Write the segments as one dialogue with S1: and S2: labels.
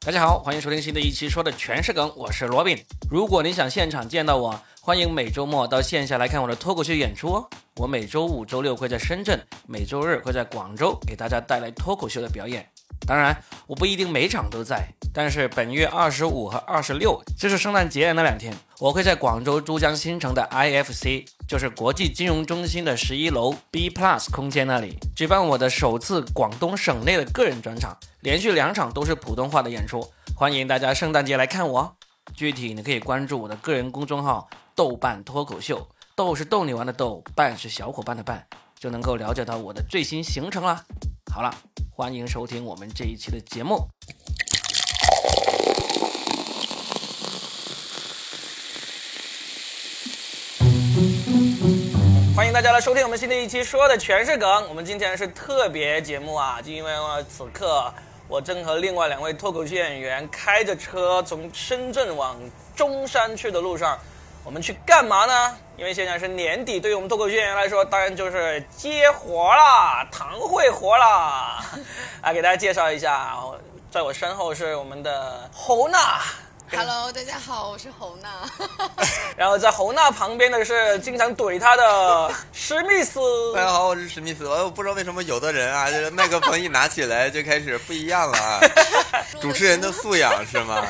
S1: 大家好，欢迎收听新的一期，说的全是梗，我是罗宾。如果你想现场见到我，欢迎每周末到线下来看我的脱口秀演出哦。我每周五、周六会在深圳，每周日会在广州给大家带来脱口秀的表演。当然，我不一定每场都在，但是本月二十五和二十六，这是圣诞节那两天，我会在广州珠江新城的 IFC，就是国际金融中心的十一楼 B Plus 空间那里，举办我的首次广东省内的个人专场，连续两场都是普通话的演出，欢迎大家圣诞节来看我哦。具体你可以关注我的个人公众号“豆瓣脱口秀”，豆是逗你玩的豆，瓣是小伙伴的伴，就能够了解到我的最新行程啦。好了，欢迎收听我们这一期的节目。欢迎大家来收听我们新的一期，说的全是梗。我们今天是特别节目啊，就因为呃此刻我正和另外两位脱口秀演员开着车从深圳往中山去的路上，我们去干嘛呢？因为现在是年底，对于我们脱口秀演员来说，当然就是接活啦， 堂会活啦。啊，给大家介绍一下，在我身后是我们的侯娜。
S2: Hello，大家好，我是侯娜。
S1: 然后在侯娜旁边的是经常怼她的史密斯。
S3: 大家好，我是史密斯。哎我不知道为什么有的人啊，这 麦克风一拿起来就开始不一样 了啊。主持人的素养是吗？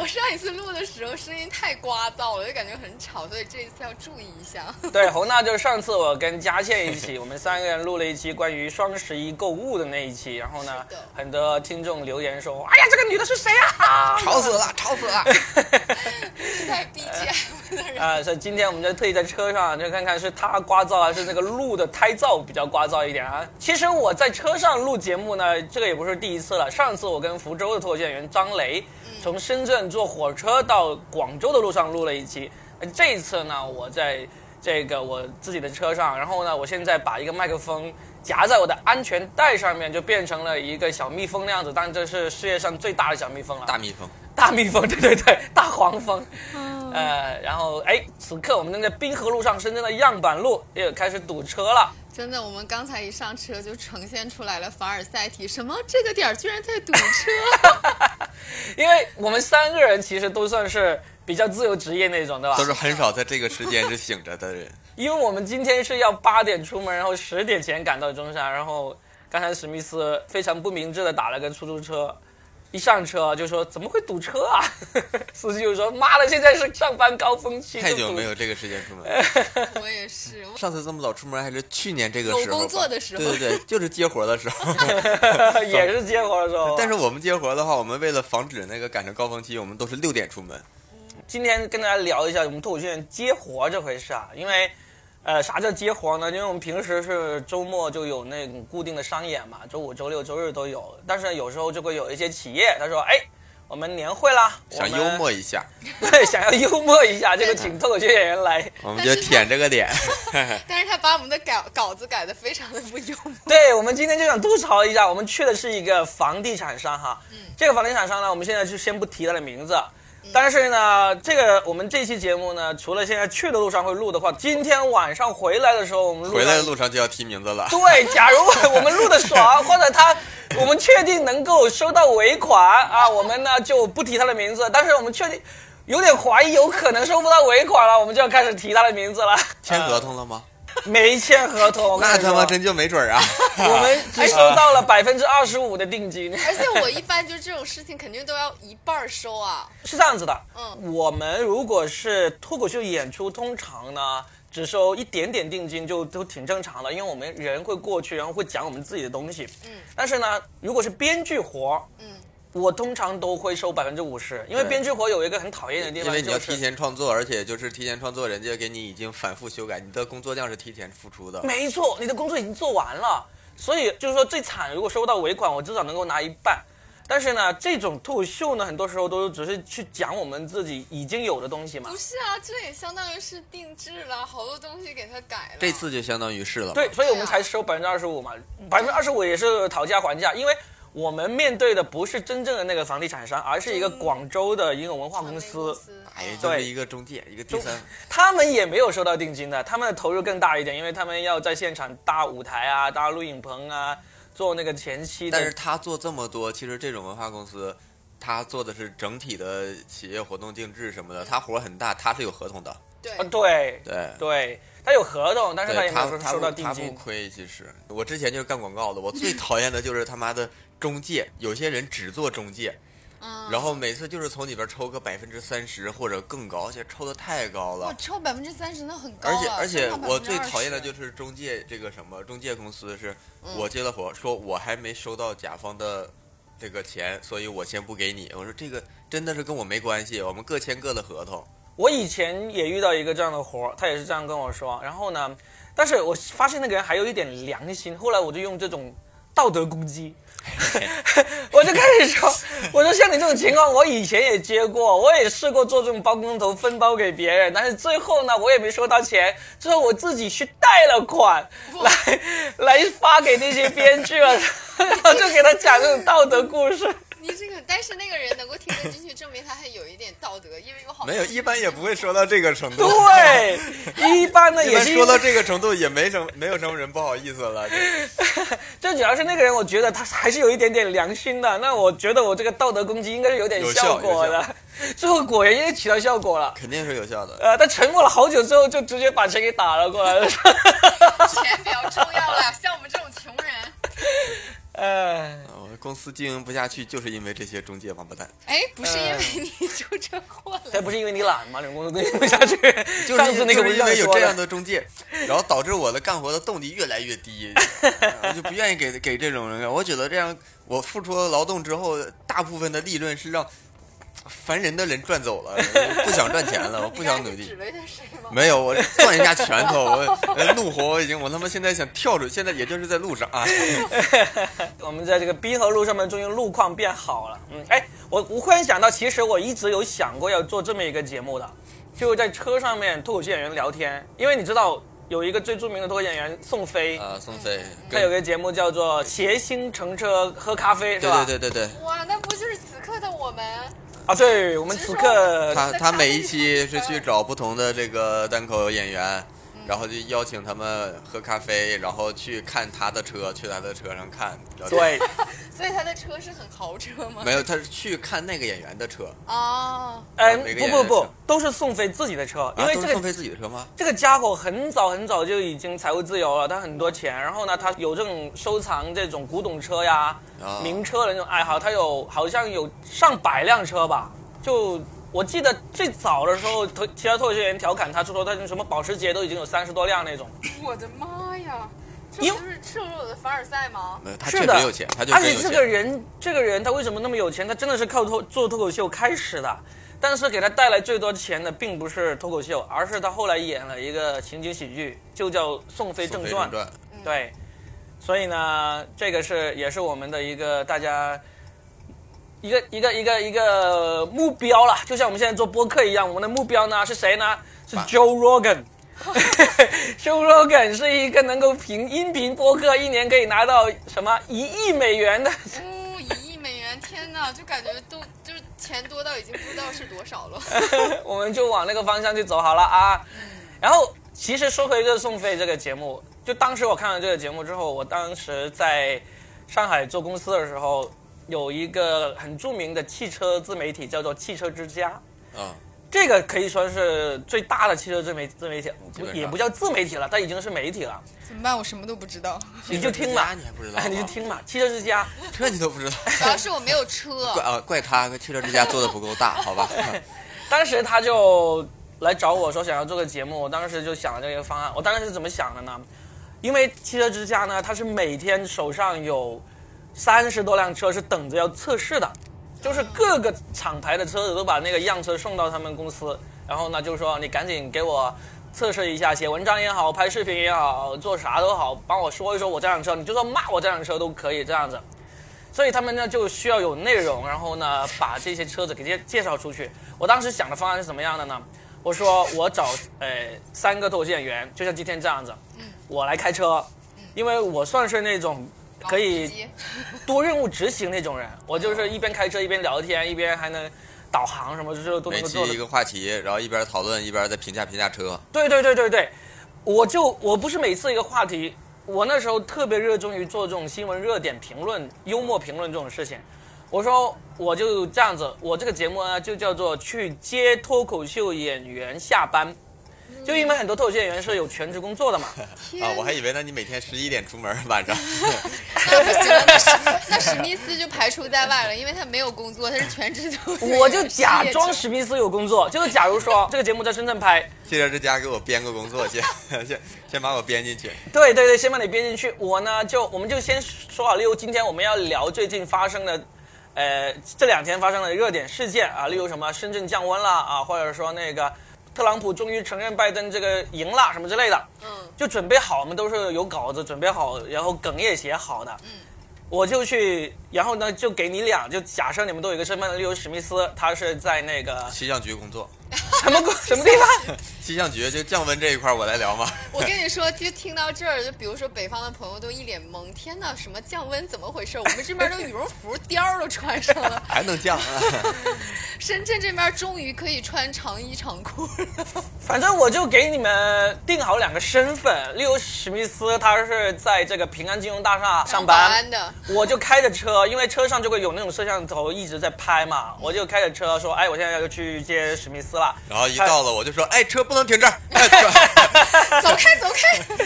S2: 我上一次录的时候声音太聒噪了，就感觉很吵，所以这一次要注意一 下。
S1: 对，侯娜就是上次我跟佳倩一起，我们三个人录了一期关于双十一购物的那一期，然后呢
S2: 是的，
S1: 很多听众留言说：“哎呀，这个女的是谁啊？”
S3: 吵死了，吵死了！
S2: 自带 BGM 的人，
S1: 啊、所以今天我们就特意在车上就看看是他刮噪啊还是那个路的胎噪比较刮噪一点啊。其实我在车上录节目呢，这个也不是第一次了。上次我跟福州的脱口秀演员张雷，从深圳坐火车到广州的路上录了一期。呃这一次呢，我在这个我自己的车上，然后呢，我现在把一个麦克风夹在我的安全带上面，就变成了一个小蜜蜂那样子，但这是世界上最大的小蜜蜂了。
S3: 大蜜蜂，
S1: 大蜜蜂，对对对，大黄蜂。呃，然后哎，此刻我们正在滨河路上，深圳的样板路也开始堵车了。
S2: 真的，我们刚才一上车就呈现出来了凡尔赛体，什么这个点儿居然在堵 车，
S1: 因为我们三个人其实都算是比较自由职业那种，对吧
S3: 都？是很少在这个时间是醒着 的人。
S1: 因为我们今天是要八点出门，然后十点前赶到中山，然后刚才史密斯非常不明智的打了个出租车。一上车就说怎么会堵车啊？ 司机就说妈的，现在是上班高峰期，
S3: 太
S1: 就
S3: 久
S1: 堵
S3: 没有这个时间 出门。
S2: 我也是。我
S3: 上次这么早出门还是去年这个时候吧。
S2: 有工作的时候
S3: 对对对，就是接活的时 候。
S1: 也是接活的时候。
S3: 但是我们接活的话，我们为了防止那个赶上高峰期，我们都是六点出门。
S1: 今天跟大家聊一下我们脱口秀演员接活这回事啊，因为，呃，啥叫接活呢？因为我们平时是周末就有那种固定的商演嘛，周五、周六、周日都有，但是有时候就会有一些企业他说，哎，我们年会啦，
S3: 想
S1: 我
S3: 幽
S1: 们
S3: 默，一下，
S1: 对，想要幽默一下，这个请脱口秀演员来。
S3: 我们
S2: 但
S3: 就是舔这个脸。
S2: 但是他把我们的稿稿子改的非常的不幽默，
S1: 对，我们今天就想吐槽一下，我们去的是一个房地产商哈，这个房地产商呢，我们现在就先不提他的名字。但是呢，这个我们这期节目呢，除了现在去的路上会录的话，今天晚上回来的时候，我们录
S3: 回来
S1: 到
S3: 的路上就要提名字了。
S1: 对，假如我们录的 爽，或者他，我们确定能够收到尾款啊，我们呢就不提他的名字，但是我们确定有点怀疑，有可能收不到尾款了，我们就要开始提他的名字了。
S3: 签合同了吗？
S2: 呃
S1: 没签合同，我跟
S3: 那
S1: 你
S3: 他妈
S1: 说
S3: 真就没准儿 啊！
S1: 我们只收到了百分之二十五的定金。
S2: 而且我一般就是这种事情肯定都要一半儿收啊。
S1: 是这样子的，
S2: 嗯
S1: 我们如果是脱口秀演出，通常呢只收一点点定金就都挺正常的，因为我们人会过去，然后会讲我们自己的东西。嗯，但是呢，如果是编剧活，嗯，我通常都会收百分之五十，因为
S3: 对
S1: 编剧活有一个很讨厌的地
S3: 因
S1: 方，
S3: 为你要
S1: 就是
S3: 提前创作，而且就是提前创作，人家给你已经反复修改，你的工作量是提前付出的。
S1: 没错，你的工作已经做完了，所以就是说最惨，如果收到尾款，我至少能够拿一半。但是呢，这种脱口秀呢，很多时候都只是去讲我们自己已经有的东西嘛
S2: 不。是啊，这也相当于是定制了，好多东西给他改了。
S3: 这次就相当于是了嘛。
S1: 对，所以我们
S2: 对啊
S1: 才收百分之二十五嘛，百分之二十五也是讨价还价，因为我们面对的不是真正的那个房地产商，而是一个广州的一个文化
S2: 传媒
S1: 公
S2: 啊公
S1: 司。
S3: 哎，
S2: 嗯
S3: 就是
S1: 对
S3: 一个中介，一个第三，
S1: 他们也没有收到定金的，他们的投入更大一点，因为他们要在现场搭舞台啊、搭录影棚啊，做那个前期的。
S3: 但是他做这么多，其实这种文化公司。他做的是整体的企业活动定制什么的，他活儿很大，他是有合同的，
S2: 对
S1: 啊，对
S3: 对。
S1: 对，他有合同，但是他
S3: 对
S1: 也没
S3: 他
S1: 有
S3: 他
S1: 收
S3: 不
S1: 到定
S3: 他不
S1: 金。
S3: 亏，其实我之前就是干广告的，我最讨厌的就是他妈的中介，有些人只做中介，
S2: 嗯，
S3: 然后每次就是从里边抽个百分之三十或者更高，而且抽的太高
S2: 我
S3: 了。
S2: 抽百分之三十，那很高啊
S3: 而
S2: 了。
S3: 且而且
S2: 正常
S3: 我最
S2: 20%
S3: 讨厌的就是中介这个什么中介公司是，
S2: 嗯
S3: 我接了活说我还没收到甲方的这个钱，所以我先不给你。我说这个真的是跟我没关系，我们各签各的合同。
S1: 我以前也遇到一个这样的活儿，他也是这样跟我说。然后呢，但是我发现那个人还有一点良心，后来我就用这种道德攻 击，我就开始说，我说像你这种情况，我以前也接过，我也试过做这种包工头分包给别人，但是最后呢，我也没收到钱，最后我自己去贷了款来来发给那些编剧了， 然后就给他讲这种道德故事。
S2: 你这个，但是那个人能够听得进去，证明他还有一点道德，因为有好
S3: 没有，一般也不会说到这个程 度。
S1: 对，一般呢
S3: 一
S1: 也
S3: 般
S1: 是
S3: 说到这个程度也没什么没有什么人不好意思了。就
S1: 最主要是那个人，我觉得他还是有一点点良心的。那我觉得我这个道德攻击应该是有点
S3: 有效
S1: 效果
S3: 有
S1: 的， 最后果然也起到效果了。
S3: 肯定是有效的。
S1: 呃，他沉默了好久之后，就直接把钱给打了过来了。
S2: 钱比较重要了。像我们这种穷 人，
S1: 呃，
S3: 我公司经营不下去，就是因为这些中介王八蛋，
S2: 哎，不是因为你出车祸了，
S1: 这不是因为你懒吗？你们 公司跟不下去。
S3: 就是
S1: 上次那个
S3: 就
S1: 不
S3: 是因
S1: 这样
S3: 为有这
S1: 说
S3: 样
S1: 的。
S3: 的中介，然后导致我的干活的动力越来越低，我就不愿意给给这种人干。我觉得这样，我付出了劳动之后，大部分的利润是让烦人的人赚走了，不想赚钱了，我 不想努
S2: 你
S3: 力
S2: 指。了一下谁吗？
S3: 没有，我撞人家拳头，我呃怒火我已经，我他妈现在想跳出，现在也就是在路上啊。
S1: 我们在这个滨河路上面，终于路况变好了。嗯，哎，我我忽然想到，其实我一直有想过要做这么一个节目的，就是在车上面脱口秀演员聊天，因为你知道有一个最著名的脱口秀演员宋飞。
S3: 啊，宋飞，
S1: 他有个节目叫做《谐星乘车喝咖啡》，是
S3: 对
S1: 吧？
S3: 对对对对，
S2: 哇，那不就是此刻的我们？
S1: 啊，对我们此刻
S3: 他他每一期是去找不同的这个单口演员，然后就邀请他们喝咖啡，然后去看他的车，去他的车上看。了解，
S1: 对
S2: 所以他的车是很豪车吗？
S3: 没有，他是去看那个演员的车，
S2: 哦，
S1: 嗯，
S3: 每
S1: 不
S3: 个演
S1: 不
S3: 员
S1: 不
S3: 是，
S1: 都是宋飞自己的车，因
S3: 啊
S1: 为
S3: 都
S1: 这
S3: 是宋
S1: 个
S3: 飞自己的车吗？
S1: 这个家伙很早很早就已经财务自由了，他很多钱，然后呢，他有这种收藏这种古董车呀、
S3: 啊
S1: 名车的那种爱好，他有好像有上百辆车吧，就。我记得最早的时候，脱其他脱口秀演员调侃他说他什么保时捷都已经有三十多辆那种，
S2: 我的妈呀！这
S1: 因
S2: 不就是赤裸裸的凡尔赛吗？
S3: 没有，他
S1: 是
S3: 确
S1: 的
S3: 实有钱，他就
S1: 而
S3: 真
S1: 且
S3: 有
S1: 这个
S3: 钱。
S1: 人，这个人他为什么那么有钱？他真的是靠脱做脱口秀开始的，但是给他带来最多钱的并不是脱口秀，而是他后来演了一个情景喜剧，就叫《宋飞
S3: 宋
S1: 正
S3: 飞
S1: 传》。
S3: 传，
S1: 对，所以呢，这个是也是我们的一个大家。一个一个一个一个目标了，就像我们现在做播客一样，我们的目标呢是谁呢？是
S3: 爸
S1: Joe Rogan。Joe Rogan 是一个能够凭音频播客一年可以拿到什么一亿美元的
S2: 呜、一亿美元，天哪，就感觉都就是钱多到已经不知道是多少了。
S1: 我们就往那个方向去走好了啊。然后，其实说回这个宋飞这个节目，就当时我看了这个节目之后，我当时在上海做公司的时候，有一个很著名的汽车自媒体叫做汽车之家。
S3: 啊，
S1: 这个可以说是最大的汽车自媒自媒体，
S3: 基本上
S1: 也不叫自媒体了，它已经是媒体了。
S2: 怎么办？我什么都不知道，
S1: 你就听吧
S3: 这家你还不知道
S1: 哎，
S3: 啊？
S1: 你就听嘛，汽车之家。
S3: 这你都不知道？
S2: 主要是我没有车
S3: 怪。啊，怪他汽车之家做的不够大， 好吧？
S1: 当时他就来找我说想要做个节目，我当时就想了这个方案。我当时是怎么想的呢？因为汽车之家呢，它是每天手上有三十多辆车是等着要测试的，就是各个厂牌的车子都把那个样车送到他们公司，然后呢就说你赶紧给我测试一下，写文章也好，拍视频也好，做啥都好，帮我说一说我这辆车，你就算骂我这辆车都可以这样子。所以他们呢就需要有内容，然后呢把这些车子给介介绍出去。我当时想的方案是怎么样的呢？我说我找呃三个脱口秀演员，就像今天这样子，我来开车，因为我算是那种 可以
S2: 司机
S1: 多任务执行那种人，我就是一边开车一边聊天，一边还能导航什么，就是都能
S3: 每
S1: 够
S3: 期
S1: 做
S3: 一
S1: 的。
S3: 个话题，然后一边讨论一边在评价评价车。
S1: 对对对对对，我就我不是每次一个话题，我那时候特别热衷于做这种新闻热点评论、幽默评论这种事情。我说我就这样子，我这个节目呢就叫做去接脱口秀演员下班，就因为很多脱口秀演员是有全职工作的嘛，
S2: 天
S3: 啊，我还以为呢，你每天十一点出门，晚上
S2: 那不行了，那史那史密斯就排除在外了，因为他没有工作，他是全职都是
S1: 我就假装
S2: 失业者
S1: 史密斯有工作，就是假如说这个节目在深圳拍，
S3: 谢谢这家给我编个工作，先 先先把我编进去。
S1: 对对对，先把你编进去。我呢，就我们就先说好，例如今天我们要聊最近发生的，呃，这两天发生的热点事件啊，例如什么深圳降温了啊，或者说那个特朗普终于承认拜登这个赢了什么之类的，
S2: 嗯，
S1: 就准备好，我们都是有稿子准备好，然后梗也写好的。嗯，我就去，然后呢，就给你俩，就假设你们都有一个身份，例如史密斯，他是在那个
S3: 气象局工作，
S1: 什么什么地方？
S3: 气象局就降温这一块儿我来聊嘛。
S2: 我跟你说，就听到这儿，就比如说北方的朋友都一脸懵，天哪，什么降温，怎么回事？我们这边都羽绒服貂儿都穿上 了，
S3: 还能降、 啊？
S2: 深圳这边终于可以穿长衣长裤了。
S1: 反正我就给你们定好两个身份，例如史密斯，他是在这个平安金融大厦上
S2: 保
S1: 班，
S2: 安的
S1: 我就开着车，因为车上就会有那种摄像头一直在拍嘛，我就开着车说，哎，我现在要去接史密斯了。
S3: 然后一到了我就说，哎，车不能停这儿， 哎，车
S2: 走开走开，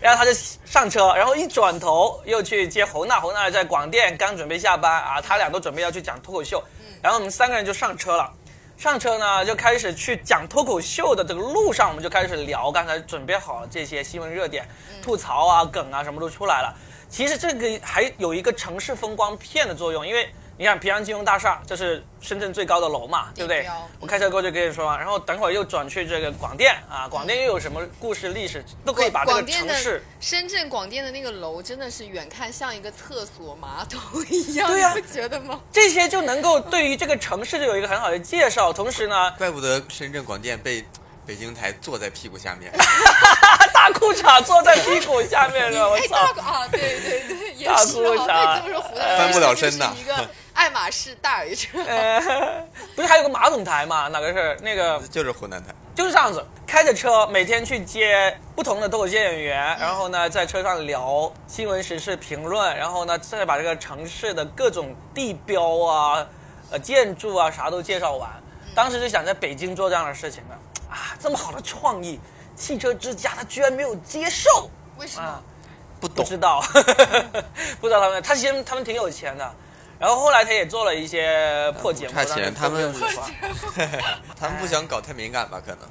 S1: 然后他就上车，然后一转头又去接侯娜，侯娜在广电刚准备下班啊，他俩都准备要去讲脱口秀，然后我们三个人就上车了。上车呢，就开始去讲脱口秀的这个路上，我们就开始聊刚才准备好了这些新闻热点、吐槽啊、梗啊，什么都出来了。其实这个还有一个城市风光片的作用，因为你看平安金融大厦，这是深圳最高的楼嘛，对不
S2: 地
S1: 对
S2: 标？
S1: 我开车过去跟你说嘛，然后等会儿又转去这个广电啊，广电又有什么故事、历史都 可以把这个
S2: 广电
S1: 城
S2: 的
S1: 市。
S2: 深圳广电的那个楼真的是远看像一个厕所马 桶一样，
S1: 对呀
S2: 你不觉得吗？
S1: 这些就能够对于这个城市就有一个很好的介绍，同时呢，
S3: 怪不得深圳广电被北京台坐在屁股下面。
S1: 他大裤衩坐在屁股下 面了，我
S2: 哎，
S1: 操
S2: 大！哥啊，对对对，也
S1: 大
S2: 是
S1: 姑
S2: 哈，
S1: 啥哎
S2: 那这么说湖南
S3: 翻不了身呐
S2: 呐，一个爱马仕大 于车，
S1: 呃，不是还有个马桶台嘛？哪个是那个？
S3: 就是湖南台，
S1: 就是这样子，开着车每天去接不同的脱口秀演员，然后呢在车上聊新闻时事评论，然后呢再把这个城市的各种地标啊、呃建筑啊啥都介绍完。当时就想在北京做这样的事情的，啊，这么好的创意，汽车之家他居然没有接受
S2: 为什
S1: 啊
S2: 么？！
S3: 不
S1: 不
S3: 懂
S1: 知道， 不知道他们，他先他们挺有钱的，然后后来他也做了一些破节目，
S3: 差钱
S1: 让人
S3: 他
S1: 都没有
S3: 们
S1: 喜欢
S3: 他们不想搞太敏感吧？可能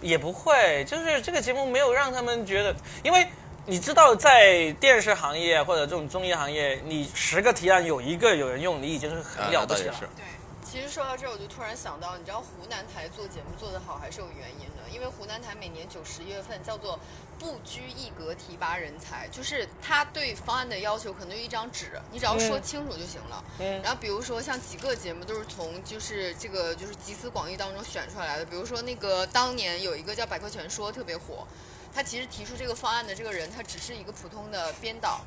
S1: 也不会，就是这个节目没有让他们觉得，因为你知道，在电视行业或者这种综艺行业，你十个提案有一个有人用，你已经是很了
S3: 啊，
S1: 不
S3: 倒
S1: 起
S3: 也
S1: 了。
S3: 是。
S2: 对，其实说到这儿，我就突然想到，你知道湖南台做节目做得好还是有原因的，因为湖南台每年九十月份叫做“不拘一格提拔人才”，就是他对方案的要求可能就一张纸，你只要说
S1: 嗯
S2: 清楚就行了。
S1: 嗯
S2: 然后比如说像几个节目都是从就是这个就是集思广益当中选出来的，比如说那个当年有一个叫百科全说特别火，他其实提出这个方案的这个人他只是一个普通的编导，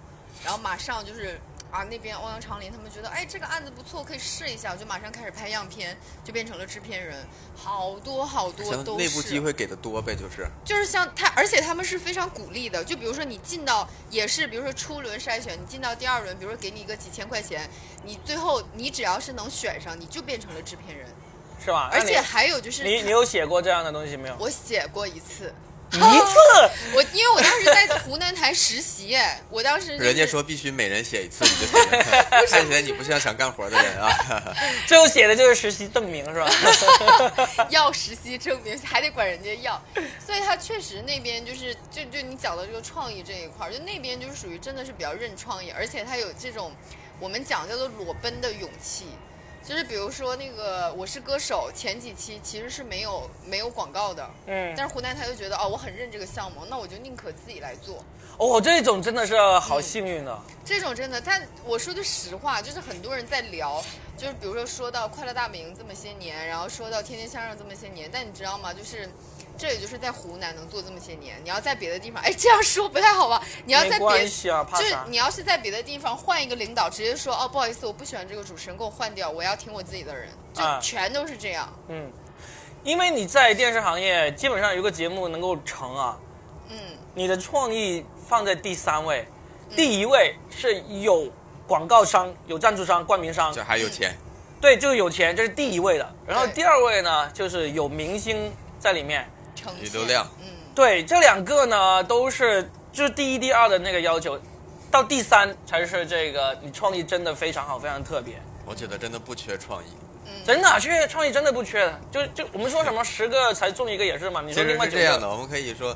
S2: 然后马上就是啊那边欧阳长林他们觉得哎这个案子不错可以试一下，我就马上开始拍样片，就变成了制片人，好多好多
S3: 行，
S2: 都是啊
S3: 内部机会给的多呗，就是
S2: 就是像他，而且他们是非常鼓励的。就比如说你进到也是，比如说初轮筛选，你进到第二轮，比如说给你一个几千块钱，你最后你只要是能选上，你就变成了制片人。
S1: 是吧？
S2: 而且
S1: 那
S2: 还有就是，
S1: 啊你你你有写过这样的东西没有？
S2: 我写过一次，
S1: 一次，
S2: 我因为我当时在湖南台实习，哎，我当时、就是、
S3: 人家说必须每人写一次，你就写一 次看起来你不像想干活的人啊。
S1: 最后写的就是实习证明是 吧？
S2: 要实习证明，还得管人家要，所以他确实那边就是就就你讲的这个创意这一块儿，就那边就是属于真的是比较认创意，而且他有这种我们讲叫做裸奔的勇气。就是比如说那个《我是歌手》前几期其实是没有没有广告的，
S1: 嗯
S2: 但，是湖南台就觉得哦我很认这个项目，那我就宁可自己来做。
S1: 哦，这种真的是好幸运啊的。
S2: 这种真的，但我说句实话，就是很多人在聊，就是比如说说到《快乐大本营》这么些年，然后说到《天天向上》这么些年，但你知道吗？就是这也就是在湖南能做这么些年，你要在别的地方，哎，这样说不太好吧？你要
S1: 没
S2: 在别
S1: 关系啊，怕
S2: 就是
S1: 啥？
S2: 你要是在别的地方换一个领导，直接说哦，不好意思，我不喜欢这个主持人，给我换掉，我要听我自己的人，就
S1: 啊
S2: 全都是这样。
S1: 嗯，因为你在电视行业，基本上有个节目能够成啊，
S2: 嗯，
S1: 你的创意放在第三位，第一位是有广告商、有赞助商、冠名商，
S3: 这还有钱，
S1: 对，就是有钱，这是第一位的。然后
S2: 对
S1: 第二位呢，就是有明星在里面。
S2: 呈
S3: 有
S2: 现
S3: 流量，
S2: 嗯，
S1: 对，这两个呢都是就是第一、第二的那个要求，到第三才是这个你创意真的非常好，非常特别。
S3: 我觉得真的不缺创意。
S1: 真的，缺创意真的不缺的，就就我们说什么十个才中一个也是嘛，你
S3: 其
S1: 说
S3: 实
S1: 另外
S3: 是
S1: 九
S3: 这样的，
S1: 个，
S3: 我们可以说，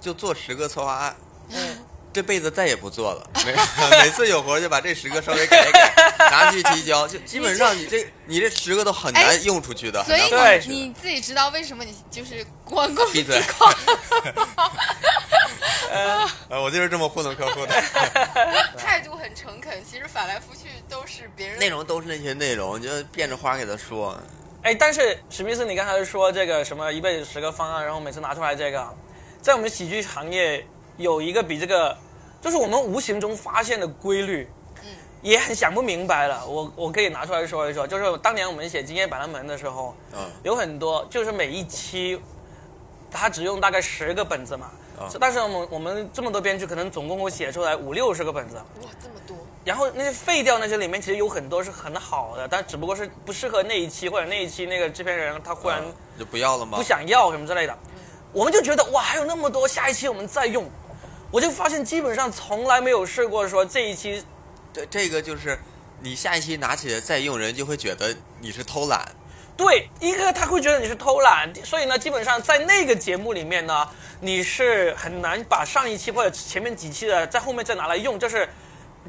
S3: 就做十个策划案，
S1: 嗯
S3: 这辈子再也不做了。每每次有活就把这十个稍微改一改，拿去提交，就基本上你这你这十个都很
S2: 哎
S3: 难用出去的，
S2: 所
S3: 很难发
S1: 对
S3: 挥
S2: 以
S3: 出去的
S2: 你你自己知道为什么你就是公安公司
S3: 闭嘴
S2: 搞
S3: 呃，我就是这么糊弄客户的。
S2: 态度很诚恳，其实反来覆去都是别人
S3: 内容都是那些内容，你就变着花给他说。
S1: 哎，但是史密斯，你刚才说这个什么一辈子十个方案，然后每次拿出来这个，在我们喜剧行业有一个比这个，就是我们无形中发现的规律，也很想不明白了。我我可以拿出来说一说，就是当年我们写《今夜百乐门》的时候，
S3: 嗯，
S1: 有很多，就是每一期，他只用大概十个本子嘛。
S3: 啊
S1: 但是我们我们这么多编剧，可能总共会写出来五六十个本子，
S2: 哇这么多，
S1: 然后那些废掉那些里面，其实有很多是很好的，但只不过是不适合那一期或者那一期那个制片人他忽然
S3: 嗯就不要了吗？
S1: 不想要什么之类的，我们就觉得哇还有那么多，下一期我们再用。我就发现基本上从来没有试过说这一期
S3: 对，这个就是你下一期拿起来再用，人就会觉得你是偷懒。
S1: 对，一个他会觉得你是偷懒，所以呢，基本上在那个节目里面呢，你是很难把上一期或者前面几期的在后面再拿来用，就是。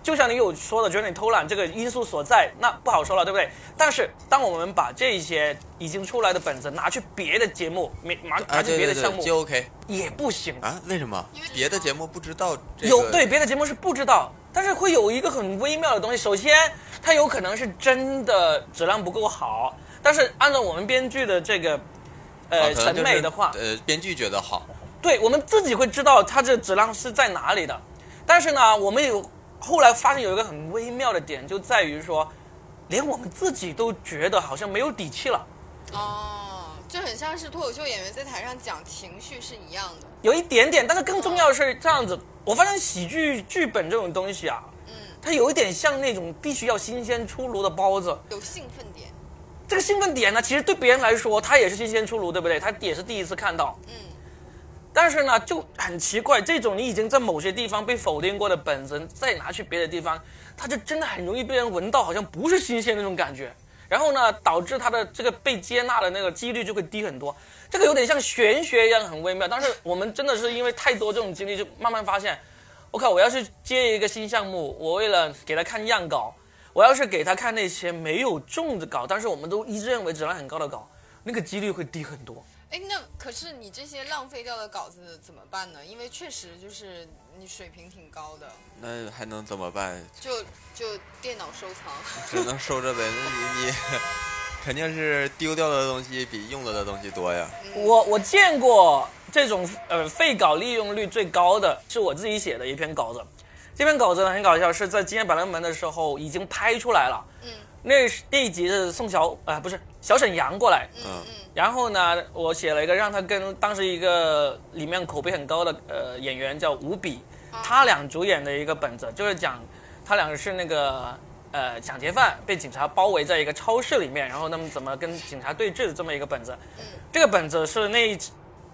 S1: 就像你有说的，觉得你偷懒这个因素所在，那不好说了，对不对？但是当我们把这些已经出来的本子拿去别的节目，没拿拿
S3: 啊，
S1: 去
S3: 对
S1: 别
S3: 对
S1: 的项
S3: 对，
S1: 目、
S3: 就 OK
S1: 也不行。
S3: 啊？为什么
S2: 因为？
S3: 别的节目不知道这个
S1: 有对别的节目是不知道，但是会有一个很微妙的东西。首先，它有可能是真的质量不够好，但是按照我们编剧的这个
S3: 啊
S1: 呃
S3: 可能
S1: 审
S3: 就是
S1: 美的话，
S3: 呃，编剧觉得好，
S1: 对我们自己会知道它这质量是在哪里的。但是呢，我们有后来发现有一个很微妙的点，就在于说，连我们自己都觉得好像没有底气了。
S3: 嗯
S2: 哦，就很像是脱口秀演员在台上讲情绪是一样的。
S1: 有一点点，但是更重要的是这样子，我发现喜剧剧本这种东西啊，
S2: 嗯，
S1: 它有一点像那种必须要新鲜出炉的包子。
S2: 有兴奋点，
S1: 这个兴奋点呢，其实对别人来说，他也是新鲜出炉，对不对？他也是第一次看到。
S2: 嗯，
S1: 但是呢，就很奇怪，这种你已经在某些地方被否定过的本子，再拿去别的地方，它就真的很容易被人闻到，好像不是新鲜的那种感觉。然后呢，导致它的这个被接纳的那个几率就会低很多。这个有点像玄学一样，很微妙。但是我们真的是因为太多这种经历，就慢慢发现，我靠，我要是接一个新项目，我为了给他看样稿，我要是给他看那些没有中的稿，但是我们都一致认为质量很高的稿，那个几率会低很多。
S2: 哎，那可是你这些浪费掉的稿子怎么办呢？因为确实就是你水平挺高的，
S3: 那还能怎么办？
S2: 就就电脑收藏。
S3: 只能收着呗。那你你肯定是丢掉的东西比用了的东西多呀。
S1: 我我见过这种呃废稿利用率最高的是我自己写的一篇稿子，这篇稿子呢很搞笑，是在《今夜百乐门》的时候已经拍出来了。
S2: 嗯
S1: 那是那一集是宋小啊、不是小沈阳过来，
S2: 嗯
S3: 嗯
S2: 嗯
S1: 然后呢，我写了一个让他跟当时一个里面口碑很高的呃演员叫吴比，
S2: 嗯
S1: 他俩主演的一个本子，就是讲他俩是那个呃抢劫犯被警察包围在一个超市里面，然后他们怎么跟警察对峙的这么一个本子。
S2: 嗯
S1: 这个本子是那一集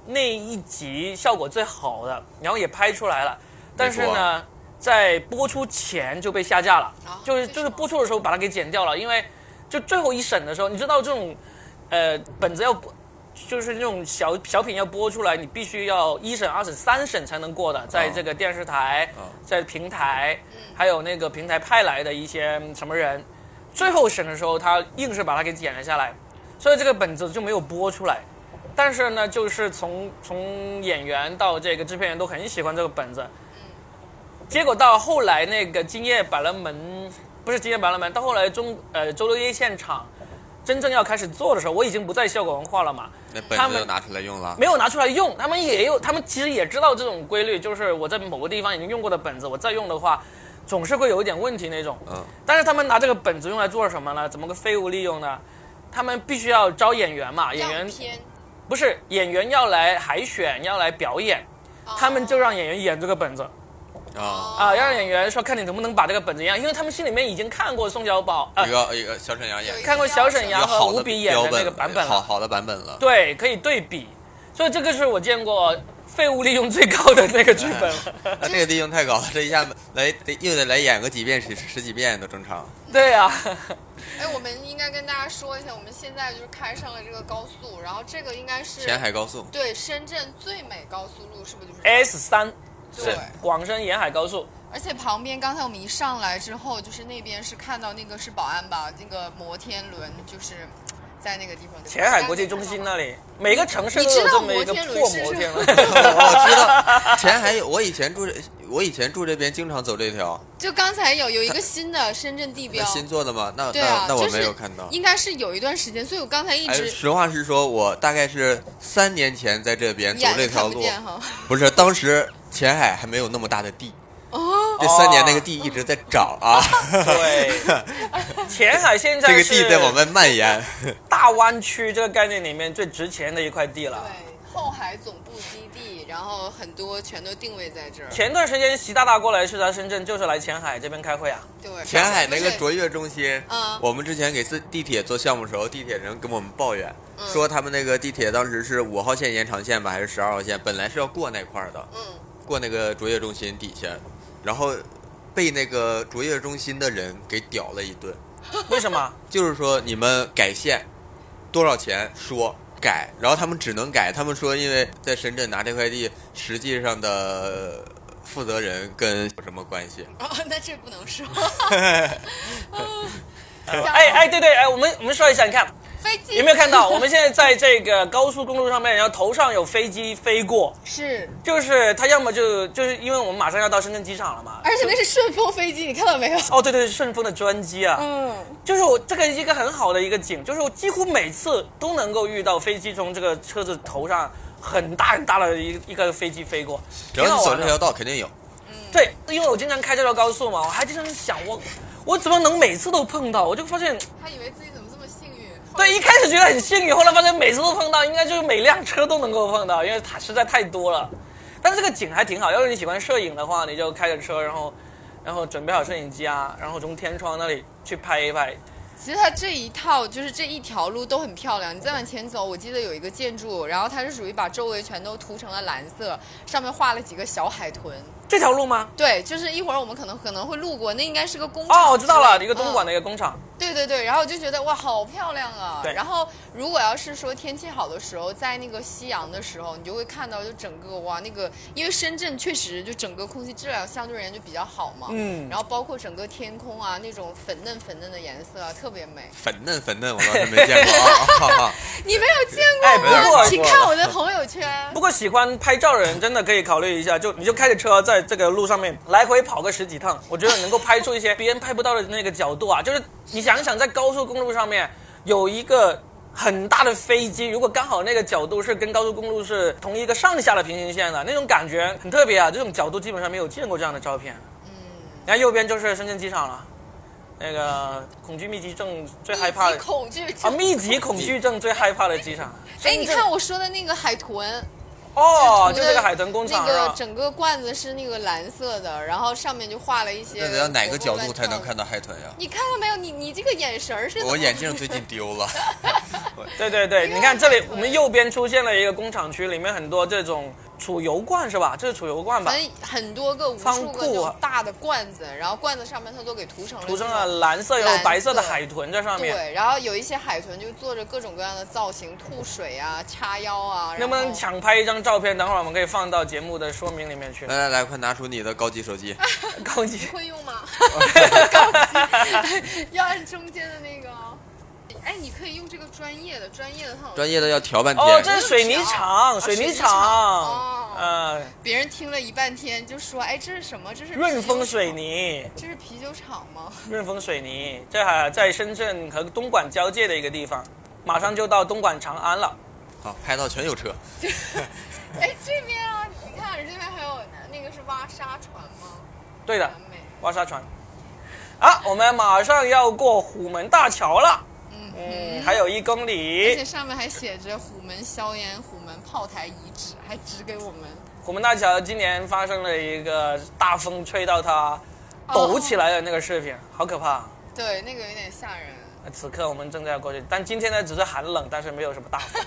S1: 那一集效果最好的，然后也拍出来了，但是
S3: 没错啊
S1: 呢，在播出前就被下架了，
S2: 啊
S1: 就是
S2: 为什
S1: 就
S2: 么
S1: 是播出的时候把它给剪掉了，因为就最后一审的时候，你知道这种呃本子要播就是那种小小品要播出来，你必须要一审、二审、三审才能过的，在这个电视台、
S3: 哦
S1: 在平台，还有那个平台派来的一些什么人，最后审的时候他硬是把它给剪了下来，所以这个本子就没有播出来。但是呢，就是从从演员到这个制片人都很喜欢这个本子，结果到后来那个《今夜百乐门》不是《今夜百乐门》，到后来中呃周六夜现场真正要开始做的时候，我已经不在效果文化了嘛，
S2: 嗯
S3: 那
S1: 他
S3: 本子
S1: 们
S3: 就拿出来用了
S1: 没。有拿出来用，他们也有，他们其实也知道这种规律，就是我在某个地方已经用过的本子，我再用的话，总是会有一点问题那种。
S3: 嗯，
S1: 但是他们拿这个本子用来做什么呢？怎么个废物利用呢？他们必须要招演员嘛，演
S2: 样
S1: 员
S2: 片，
S1: 不是
S2: 哦
S1: 演员要来海选，要来表演，他们就让演员演这个本子。
S3: 啊，
S1: 啊，要让演员说看你能不能把这个本子一样，因为他们心里面已经看过宋小宝，呃
S3: 一，个一个小沈阳演
S2: 有一
S3: 一
S2: 个
S1: 看过小沈阳
S3: 个
S1: 和
S3: 好
S1: 吴
S3: 的
S1: 比演的那
S3: 标本
S1: 个版本
S3: 好
S1: 了，
S3: 好的版本了。
S1: 对，可以对比，所以这个是我见过废物利用最高的那个剧 本了。
S3: 那这个地形太高了，这一下子来得又得来演个几遍十十几遍都正常。
S1: 对啊，
S2: 哎，我们应该跟大家说一下，我们现在就是开上了这个高速，然后这个应该是
S3: 前海高速，
S2: 对深圳最美高速路，是不是就是
S1: S 三哎
S2: 对
S1: 是广深沿海高速，
S2: 而且旁边刚才我们一上来之后，就是那边是看到那个是保安吧，那个摩天轮就是在那个地方。
S1: 前海国际中心那里，每个城市
S2: 你
S1: 都有
S2: 知
S1: 这
S2: 道
S1: 么一
S2: 摩
S1: 个
S2: 天
S1: 破
S2: 轮是
S1: 摩天轮。
S3: 我知道。前海有，我以前住这，我以前住这边经常走这条，
S2: 就刚才有有一个新的深圳地标
S3: 那，新做的吗？那、
S2: 对啊，
S3: 那那我
S2: 就是
S3: 没有看到。
S2: 应该是有一段时间，所以我刚才一
S3: 哎，
S2: 直
S3: 实话实说，我大概是三年前在这边走
S2: 眼
S3: 这
S2: 睛
S3: 条
S2: 看不
S3: 路，
S2: 见哈。
S3: 不是当时前海还没有那么大的地，
S2: 哦，
S3: 这三年那个地一直在涨啊，
S1: 对， 前海现在
S3: 这个
S1: 是
S3: 地在往外蔓延。
S1: 大湾区这个概念里面最值钱的一块地了。
S2: 对，后海总部基地，然后很多全都定位在这儿。
S1: 前段时间习大大过来视察深圳，就是来前海这边开会 啊。
S2: 对，
S3: 前海那个
S2: 就是
S3: 卓越中心，
S2: 嗯
S3: 我们之前给自地铁做项目时候，地铁人跟我们抱怨、
S2: 嗯
S3: 说，他们那个地铁当时是五号线延长线吧，还是十二号线，本来是要过那块儿的，
S2: 嗯，
S3: 过那个卓越中心底下，然后被那个卓越中心的人给屌了一顿，
S1: 为什么？
S3: 就是说你们改线多少钱说。改，然后他们只能改。他们说，因为在深圳拿这块地，实际上的负责人跟有什么关系？
S2: 哦，那这不能 说。哦
S1: 哎哎，对对，哎，我们我们说一下，你看
S2: 飞机
S1: 有没有看到？我们现在在这个高速公路上面，然后头上有飞机飞过，
S2: 是，
S1: 就是它要么就就是因为我们马上要到深圳机场了嘛。
S2: 而且那是顺风飞机，你看到没有？
S1: 哦，对对，顺丰的专机啊，
S2: 嗯，
S1: 就是我这个一个很好的一个景，就是我几乎每次都能够遇到飞机从这个车子头上很大很大的一一个飞机飞过，
S3: 只
S1: 挺
S2: 啊
S3: 要你
S1: 好
S3: 走
S1: 玩
S3: 这
S1: 的
S3: 条道，肯定有。
S1: 对，因为我经常开这条高速嘛，我还经常想我我怎么能每次都碰到？我就发现，
S2: 他以为自己怎么这么幸运？
S1: 对，一开始觉得很幸运，后来发现每次都碰到，应该就是每辆车都能够碰到，因为它实在太多了。但是这个景还挺好，要是你喜欢摄影的话，你就开着车，然后然后准备好摄影机啊，然后从天窗那里去拍一拍。
S2: 其实它这一套就是这一条路都很漂亮。你再往前走，我记得有一个建筑，然后它是属于把周围全都涂成了蓝色，上面画了几个小海豚。
S1: 这条路吗？
S2: 对，就是一会儿我们可能可能会路过，那应该是个工厂。
S1: 哦，我知道了，一个东莞
S2: 的、
S1: 的一个工厂。
S2: 对对对，然后我就觉得哇，好漂亮啊！
S1: 对
S2: 然后如果要是说天气好的时候，在那个夕阳的时候，你就会看到就整个哇那个，因为深圳确实就整个空气质量相对而言就比较好嘛。
S1: 嗯
S2: 然后包括整个天空啊，那种粉嫩粉嫩的颜色啊，特别美。
S3: 粉嫩粉嫩，我倒是没见过啊啊！啊
S2: 你没有见过
S1: 哎不
S2: 吗？
S1: 过
S2: 请看我的朋友圈
S1: 不。过喜欢拍照的人真的可以考虑一下，就你就开着车在这个路上面来回跑个十几趟，我觉得能够拍出一些 别人拍不到的那个角度啊。就是你想一想，在高速公路上面有一个很大的飞机，如果刚好那个角度是跟高速公路是同一个上下的平行线的，那种感觉很特别啊。这种角度基本上没有见过这样的照片。
S2: 嗯
S1: 你看右边就是深圳机场了，那个恐惧密集症最害怕
S2: 密
S1: 的
S2: 集恐惧
S1: 啊，
S2: 症。
S1: 密集恐惧症最害怕的机场。
S2: 哎，你
S1: 深圳
S2: 看我说的那个海豚，
S1: 哦，
S2: 涂
S1: 就
S2: 的
S1: 这个海豚工
S3: 啊
S1: 厂
S2: 那
S1: 是
S2: 个
S1: 吧？
S2: 整个罐子是那个蓝色的，然后上面就画了一些。
S3: 那得要哪个角度才能看？到海豚呀？
S2: 你看到没有？你你这个眼神儿是怎么？
S3: 我眼镜最近丢了，
S1: 对对对，
S2: 因为
S1: 你看这里
S2: 海，豚
S1: 我们右边出现了一个工厂区，里面很多这种储油罐是吧？这是储油罐吧
S2: 反？正很多个无
S1: 仓
S2: 数
S1: 库
S2: 个
S1: 啊
S2: 那种大的罐子，然后罐子上面它都给涂成了
S1: 涂成
S2: 这
S1: 了
S2: 种
S1: 蓝色，有
S2: 蓝色
S1: 白色的海豚在上面。
S2: 对，然后有一些海豚就做着各种各样的造型，吐水啊、叉腰啊，
S1: 能不
S2: 然
S1: 能
S2: 后
S1: 抢拍一张照片？等会儿我们可以放到节目的说明里面去。
S3: 来来来，快拿出你的高级手 机，
S1: 高级
S2: 会用 吗？高级，要按中间的那个哦。哎，你可以用这个专业的，专业的它好像
S3: 专业的要调半
S1: 哦，这
S3: 天。
S1: 是水泥厂，
S2: 啊
S1: 水泥
S2: 水泥厂
S1: 厂
S2: 哦，
S1: 呃，
S2: 别人听了一半天就说：“哎，这是什么？这是
S1: 润
S2: 啤
S1: 丰
S2: 酒
S1: 水
S2: 厂，
S1: 泥，
S2: 这是啤酒厂吗
S1: 润丰水泥，这还在深圳和东莞交界的一个地方，马上就到东莞长安了。
S3: 好，拍到全有车。？”
S2: 哎，这边啊，你看这边还有那个是挖沙船吗？
S1: 对的
S2: 完，美。
S1: 挖沙船。啊，我们马上要过虎门大桥了，
S2: 嗯
S1: 嗯，
S2: 嗯，
S1: 还有一公
S2: 而
S1: 里
S2: 且。上面还写着虎门硝烟、虎门炮台遗址，还指给我们。
S1: 虎门大桥今年发生了一个大风吹到它抖起来的那个视
S2: 哦
S1: 频，好可怕。啊
S2: 对，那个有点吓人。
S1: 此刻我们正在过去，但今天呢只是寒冷，但是没有什么大 风，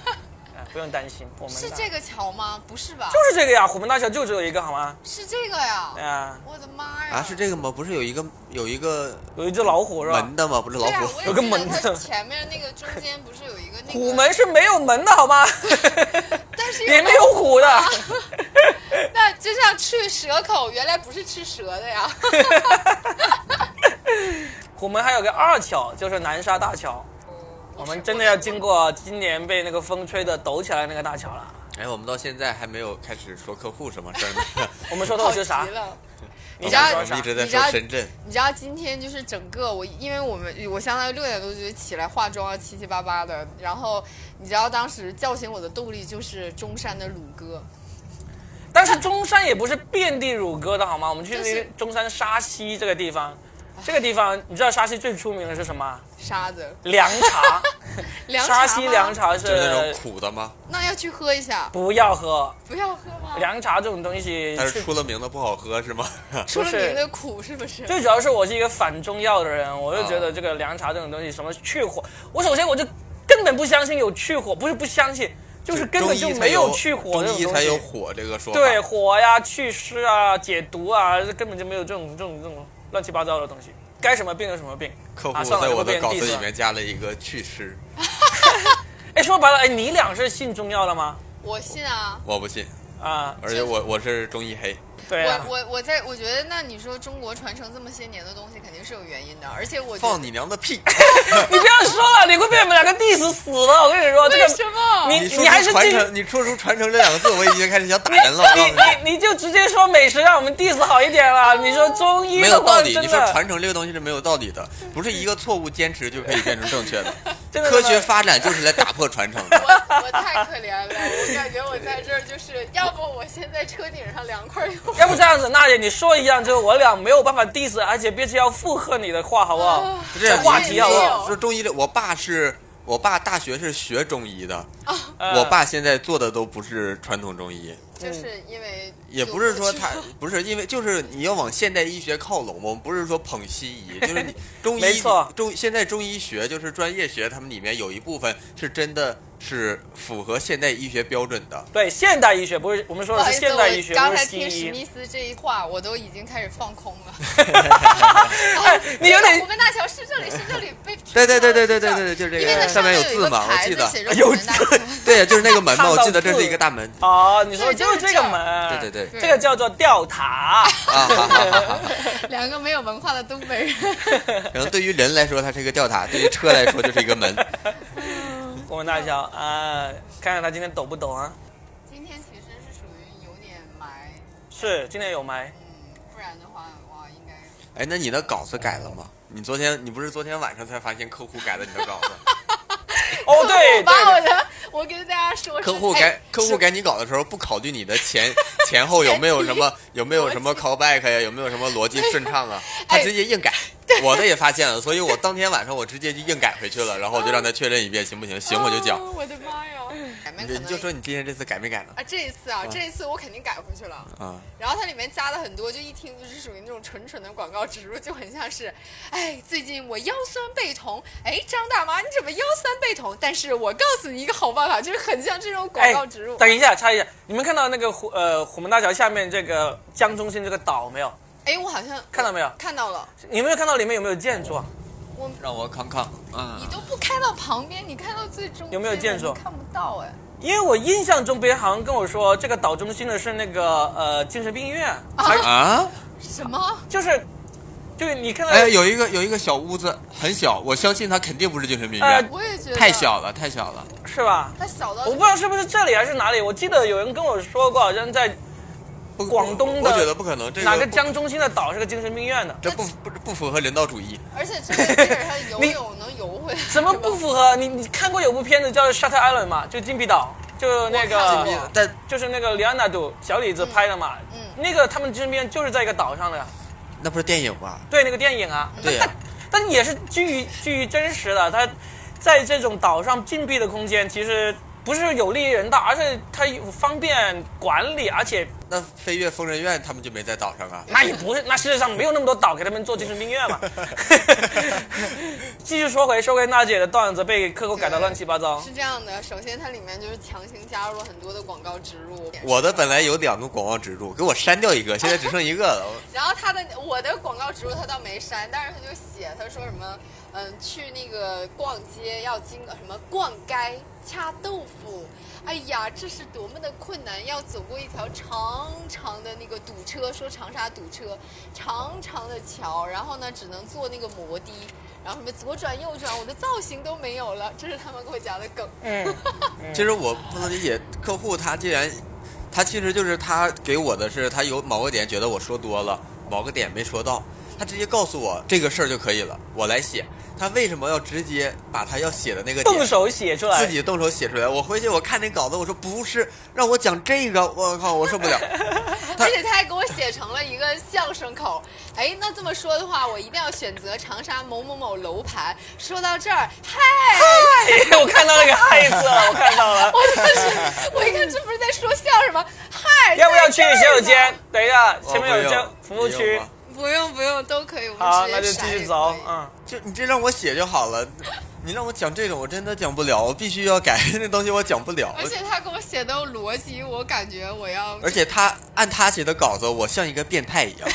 S1: 哎，不用担心。我们
S2: 是
S1: 的
S2: 这个桥吗？不是吧？
S1: 就是这个呀，虎门大桥就只有一个好吗？
S2: 是这个呀！
S1: 啊，
S2: 我的妈呀！
S3: 啊，是这个吗？不是有一个有一个
S1: 有一只老虎是吧
S3: 门？的吗？不是老
S2: 对啊，
S3: 虎，
S2: 我也
S1: 有个
S2: 记得
S1: 门
S2: 它
S1: 的
S2: 前面那个中间不是有一个那个
S1: 虎门，是没有门的好吗？
S2: 但 是
S1: 也没有虎的。
S2: 啊那就像去蛇口，原来不是吃蛇的呀。
S1: 虎门还有个二桥，就是南沙大桥。
S2: 嗯
S1: 我们真的要经过今年被那个风吹的抖起来那个大桥了。
S3: 哎，我们到现在还没有开始说客户什么事儿呢，
S1: 我们说透
S2: 好
S1: 是
S2: 极
S1: 啥？
S2: 了。
S1: 你
S2: 知道
S1: 想
S3: 啊我
S1: 说
S3: 们
S1: 啥
S3: 一？直在
S2: 你知道
S3: 说深圳，
S2: 你知道今天就是整个我，因为我们我相当于六点多就起来化妆啊，七七八八的。然后你知道当时叫醒我的动力就是中山的鲁哥，
S1: 但是中山也不是遍地乳鸽的好吗？我们去
S2: 但
S1: 那
S2: 是
S1: 个中山沙溪这个地方，这个地方你知道沙溪最出名的是什么？
S2: 沙子
S1: 凉茶。
S2: 凉
S1: 沙
S2: 茶吗
S1: 溪凉，茶
S3: 就是那种
S1: 是
S3: 苦的吗？
S1: 呃
S2: 那要去喝一下，
S1: 不要喝
S2: 不要喝吗？
S1: 凉茶这种东西
S3: 但
S1: 是
S3: 是出了名的不好喝是吗？
S2: 出了
S1: 不是
S2: 名的苦是不是？
S1: 最主要是我是一个反中药的人，我就觉得
S3: 啊
S1: 这个凉茶这种东西，什么去火，我首先我就根本不相信有去火，不是不相信， 就是根本就没
S3: 有
S1: 去火这
S3: 中
S1: 种
S3: 医
S1: 东
S3: 才有
S1: 西。
S3: 火这个说法。
S1: 对，火呀、祛湿啊、解毒啊，这根本就没有这种这种这种乱七八糟的东西。该什么病有什么病。
S3: 客
S1: 啊
S3: 户
S1: 算了
S3: 在
S1: 这
S3: 我
S1: 不
S3: 的
S1: 变
S3: 稿
S1: 地
S3: 子里
S1: 了
S3: 面加了一个祛湿，
S1: 哎，说白了，哎，你俩是信中药了吗？
S2: 我信啊。
S3: 我不信，
S1: 啊，
S3: 而且我我是中医黑，
S1: 对啊
S2: 我，我我在我觉得，那你说中国传承这么些年的东西，肯定是有原因的。而且我觉得
S3: 放你娘的 屁！
S1: 你不要说了，你会被我们两个 diss 死的。我跟你说，这
S2: 为什
S1: 个
S2: 么？
S1: 你
S3: 说
S1: 你还
S3: 出
S1: 是
S3: 传
S1: 进
S3: 承，你说出传承这两个字，我已经开始想打人了。我 告诉
S1: 你
S3: 你，
S1: 你就直接说美食让我们 diss 好一点了。你说中医
S3: 没有
S1: 的
S3: 道
S1: 话，
S3: 理。
S1: 真
S3: 你说
S1: 的
S3: 传承这个东西是没有道理的，不是一个错误坚持就可以变成正确的。
S1: 真的
S3: 科
S1: 真的
S3: 学发展就是来打破传承的。
S2: 我我太可怜了，我感觉我在这儿就是，要不我先在车顶上凉快儿一会儿。
S1: 要不这样子，娜姐，你说一样之后，我俩没有办法 diss，而且必须要附和你的话，好不好？
S3: 这样
S1: 话题啊
S3: 你
S1: 我
S3: 说说中医的，我爸是我爸大学是学中医的，
S1: 呃
S3: 我爸现在做的都不是传统中医。
S2: 就是因为
S3: 嗯也不是 说他不是因为就是你要往现代医学靠拢，我们不是说捧西医，就是 你中医
S1: 没错
S3: 中现在中医学就是专业学，他们里面有一部分是真的是符合现代医学标准的。
S1: 对现代医学，不是我们说
S2: 不
S1: 的
S2: 好
S1: 是
S2: 意思，
S1: 现代医学，
S2: 我刚
S1: 不
S2: 才
S1: 是
S2: 听史
S1: 西
S2: 密
S1: 医。
S2: 斯这一话，我都已经开始放空 了。
S1: 哎，你有
S2: 我
S1: 点
S2: 们大桥是这里，是这里被
S3: 对对对对对对对，就是这
S2: 因为它
S3: 个上面
S2: 有一
S3: 字
S2: 个
S3: 嘛，我
S2: 牌
S3: 记
S2: 子
S3: 得，
S2: 写 着
S1: 有
S2: 我们大
S1: 字
S2: 桥
S3: 对，就是那个门嘛，
S1: 看
S3: 我
S1: 到
S3: 记得这
S1: 字
S3: 是一个 大门
S1: 哦，你说
S2: 对
S1: 就是
S2: 就是
S1: 这个
S2: 这样
S1: 门，
S3: 对对对
S2: 对
S1: 这个叫做吊塔。
S3: 啊，哈哈哈哈
S2: 两个没有文化的东北人。
S3: 可能对于人来说它是一个吊塔，对于车来说就是一个门。
S1: 我们大小啊，看看他今天抖不抖啊？
S2: 今天其实是属于有点霾，
S1: 是今天有霾，
S2: 嗯，不然的话，哇，应该
S3: 哎，那你的稿子改了吗？你昨天你不是昨天晚上才发现客户改了你的稿 子？
S1: 哦对
S2: 我把
S1: 对，
S2: 我的，我跟大家说是，
S3: 客户
S2: 哎
S3: 改、客户改你稿的时候，不考虑你的前前后有没有什么有没有什么 callback 呀，有没有什么逻辑顺畅啊，他
S2: 哎
S3: 直接 硬改。我的也发现了，所以我当天晚上我直接就硬改回去了，然后我就让他确认一遍行不行，行我就讲。
S2: 哦我的妈呀！改面
S3: 你
S2: 可
S3: 你就
S2: 能
S3: 说嗯你今天这次改没改呢？
S2: 啊，这一次啊，这一次我肯定改回去了。
S3: 啊，
S2: 然后它里面加了很多，就一听就是属于那种纯纯的广告植入，就很像是，哎，最近我腰酸背痛，哎，张大妈你怎么腰酸背痛？但是我告诉你一个好办法，就是很像这种广告植
S3: 嗯
S2: 入。
S1: 哎等一下，插一下，你们看到那个虎呃虎门大桥下面这个江中心这个岛没有？
S2: 哎，我好像
S1: 看到没有？
S2: 看到了，
S1: 你有没有看到里面有没有建筑啊？
S3: 让我康康，嗯
S2: 你，都不开到旁边，你开到最中间
S1: 有没有建筑
S2: 你看不到哎。
S1: 因为我印象中别人好像跟我说，这个岛中心的是那个呃精神病院，
S3: 啊，
S2: 什么？
S1: 就是就是你看到、
S3: 哎，有一个有一个小屋子，很小，我相信他肯定不是精神病院，
S2: 我也觉得
S3: 太，小了，太小了。
S1: 是吧？
S2: 它小到
S1: 我不知道是不是这里还是哪里，我记得有人跟我说过，好像在
S3: 不
S1: 广东的
S3: 我觉得不可能，这个
S1: 哪个
S3: 不
S1: 江中心的岛是个精神病院的，
S3: 这不不不符合人道主义。
S2: 而且这个基本上游
S1: 你
S2: 泳能游回来。
S1: 怎么
S2: 是吧
S1: 不符合？你你看过有部片子叫《Shutter Island》吗？就禁闭岛，就那
S2: 我看
S1: 个
S2: 过
S3: 但
S1: 就是那个里安纳度小李子拍的嘛，
S2: 嗯
S1: 那个他们精神病院就是在一个岛上的，
S3: 那不是电影吧？
S1: 对那个电影啊，
S3: 对 呀、
S1: 但也是基于基于真实的，它在这种岛上禁闭的空间，其实不是有利于人道，而且它有方便管理，而且
S3: 那飞越疯人院他们就没在岛上啊？
S1: 那也不是，那世界上没有那么多岛给他们做精神病啊 院嘛。 继续说回说回娜姐的段子被客户改的乱七八糟，
S2: 是这样的，首先它里面就是强行加入了很多的广告植入。
S3: 我的本来有两个广告植入，给我删掉一个，现在只剩一个了。
S2: 然后他的我的广告植入他倒没删，但是他就写他说什么，嗯，去那个逛街要经过什么逛街掐豆腐，哎呀，这是多么的困难，要走过一条长长的那个堵车，说长沙堵车，长长的桥，然后呢只能坐那个摩的，然后什么左转右转，我的造型都没有了，这是他们给我讲的梗。
S1: 嗯，
S3: 其实我不能理解客户他既然，他其实就是他给我的是他有某个点觉得我说多了，某个点没说到，他直接告诉我这个事儿就可以了，我来写。他为什么要直接把他要写的那个点
S1: 动手写出来，
S2: 嗯
S3: 自己动手写出来？我回去我看那稿子，我说不是，让我讲这个，我靠，我 受不了。他
S2: 而且他还给我写成了一个相声口。哎，那这么说的话，我一定要选择长沙某某某楼盘。说到这儿，嗨，
S1: 哎 我看到那个嗨字 了，我看到了。
S2: 我当时我一看这不是在说相声吗？嗨，
S1: 要不要
S2: 在
S1: 去
S2: 这儿
S1: 洗手
S2: 呢
S1: 间？？等一下，前面
S3: 我
S1: 有
S3: 不
S1: 这
S3: 用
S1: 服务
S3: 哦不
S1: 区
S3: 用啊。
S2: 不用不用，都可以，我
S1: 好，
S2: 们
S1: 那
S2: 直
S1: 就继
S2: 接删也可
S1: 续
S2: 以
S1: 走。嗯，
S3: 就你这让我写就好了，你让我讲这种我真的讲不了，我必须要改那东西，我讲不了。
S2: 而且他给我写的逻辑，我感觉我要
S3: 而且他按他写的稿子，我像一个变态 一样。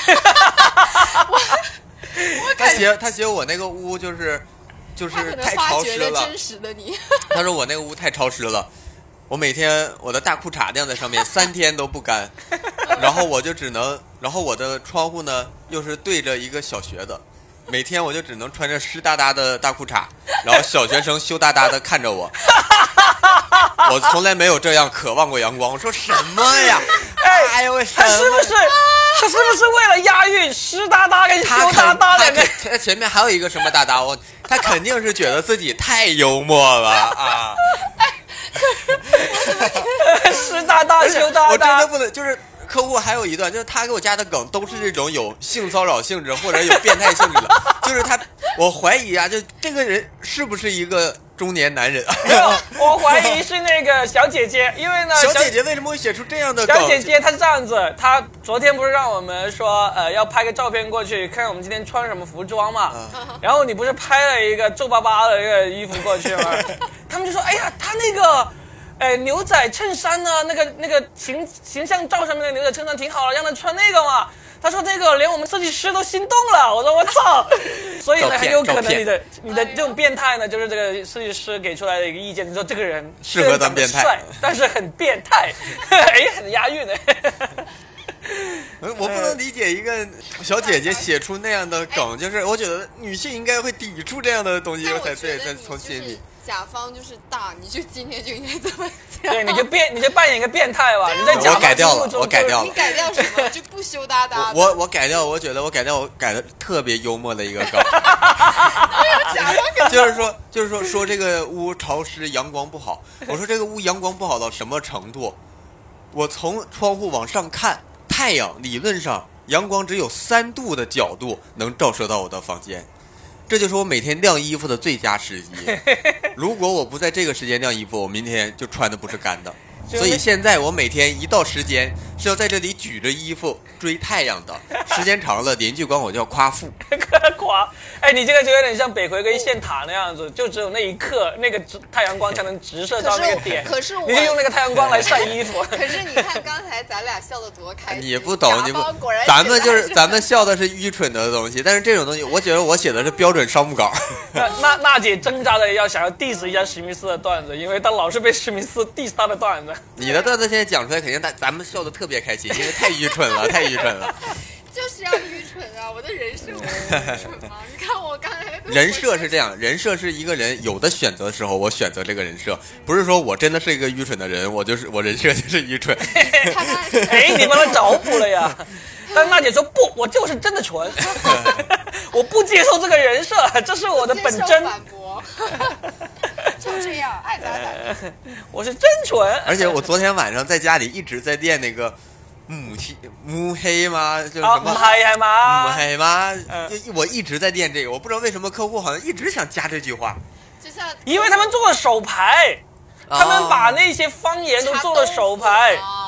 S3: 他写他写我那个屋就是就是
S2: 他可能
S3: 太
S2: 发
S3: 潮
S2: 掘
S3: 湿
S2: 了
S3: 了，
S2: 真实的你。
S3: 他说我那个屋太潮湿了，我每天我的大裤衩晾在上面三天都不干，然后我就只能，然后我的窗户呢又是对着一个小学的，每天我就只能穿着湿哒哒的大裤衩，然后小学生羞答答的看着我，我从来没有这样渴望过阳光。我说什么呀？哎呦喂，什
S1: 他是不
S3: 么？
S1: 是他是不是为了押韵，湿哒哒跟羞
S3: 他肯
S1: 答答
S3: 他
S1: 两个
S3: 肯？他前面还有一个什么哒哒，我他肯定是觉得自己太幽默了啊。
S1: 湿哒哒羞答
S3: 我真的
S1: 答，
S3: 不能，就是客户还有一段，就是他给我加的梗都是这种有性骚扰性质或者有变态性质的，就是他，我怀疑啊，就这个人是不是一个中年男人？
S1: 我怀疑是那个小姐姐，因为呢，
S3: 小姐姐为什么会写出这样的梗？
S1: 小姐姐她是这样子，她昨天不是让我们说，呃，要拍个照片过去，看看我们今天穿什么服装嘛。
S3: 啊
S1: 然后你不是拍了一个皱巴巴的一个衣服过去吗？他们就说，哎呀，她那个。哎，牛仔衬衫呢？那个那个形形象照上面的牛仔衬衫挺好了，让她穿那个嘛。她说这个连我们设计师都心动了。我说我 操！所以
S3: 照
S1: 呢，很
S3: 片
S1: 有可
S3: 照
S1: 能
S3: 片
S1: 你的你的
S2: 哎呦
S1: 这种变态呢，就是这个设计师给出来的一个意见，你说这个人
S3: 适合
S1: 虽然长
S3: 当
S1: 得
S3: 变态
S1: 帅但是很变态， 哎，很押韵的。
S3: 嗯我不能理解一个小姐姐写出那样的梗，就是我觉得女性应该会抵触这样的东西
S2: 但哎我
S3: 才
S2: 觉
S3: 对，
S2: 得
S3: 才
S2: 你
S3: 从
S2: 就
S3: 心
S2: 是
S3: 里。
S2: 甲方就是大，你就今天就应该这么 讲。
S1: 对，你就变，你就扮演一个变态吧。你在
S3: 我
S1: 假扮
S3: 改掉了
S1: 心目中
S3: 我改掉了
S2: 你改掉什 么？就不羞答答
S3: 我
S2: 的。
S3: 我我改掉，我觉得我改掉，我改的特别幽默的一个梗。
S2: 甲方给
S3: 就是说，就是说，说这个屋潮湿，阳光不好。我说这个屋阳光不好到什么程度？我从窗户往上看，太阳理论上阳光只有三度的角度能照射到我的房间，这就是我每天晾衣服的最佳时机。如果我不在这个时间晾衣服，我明天就穿的不是干的。
S1: 就是
S3: 所以现在我每天一到时间是要在这里举着衣服追太阳的，时间长了邻居管我叫夸父。
S1: 个垮。哎，你这个就有点像北回归线塔那样子，就只有那一刻，那个直太阳光才能直射到那个点。
S2: 可是我
S1: 你就用那个太阳光来晒衣服。
S2: 可是你看刚才咱俩笑的多开心，
S3: 啊你不懂，你
S2: 甲
S3: 不
S2: 方哎果然，
S3: 咱们就是
S2: 写的还
S3: 咱们笑的是愚蠢的东西，但是这种东西，我觉得我写的是标准商务稿。
S1: 那娜娜姐挣扎着要想要 diss 一下史密斯的段子，因为她老是被史密斯 diss 她的段子。
S3: 你的段子现在讲出来，肯定大咱们笑的特别开心，因为太愚蠢了，太愚蠢了。
S2: 就是要愚蠢啊！我的人设我愚蠢吗？你看我刚才都
S3: 人设是这样，人设是一个人有的选择的时候，我选择这个人设，不是说我真的是一个愚蠢的人，我就是我人设就是愚蠢。
S2: 他刚才
S1: 哎，你帮她找补了呀。但是娜姐说不，我就是真的纯， 我不接受这个人设，这是我的本
S2: 接受
S1: 真，
S2: 反驳， 就这样爱咋咋。
S1: 我是真纯。
S3: 而且我昨天晚上在家里一直在练那个母黑母黑吗？就是
S1: 啊，
S3: 什
S1: 唔
S3: 么？哎
S1: 系系
S3: 母
S1: 嘛？
S3: 黑吗
S1: 嗯？
S3: 就我一直在练这个，我不知道为什么客户好像一直想加这句话。
S2: 就像
S1: 因为他
S3: 哦啊
S1: 们做了手牌，他们把那些方言都做了手牌，
S2: 哦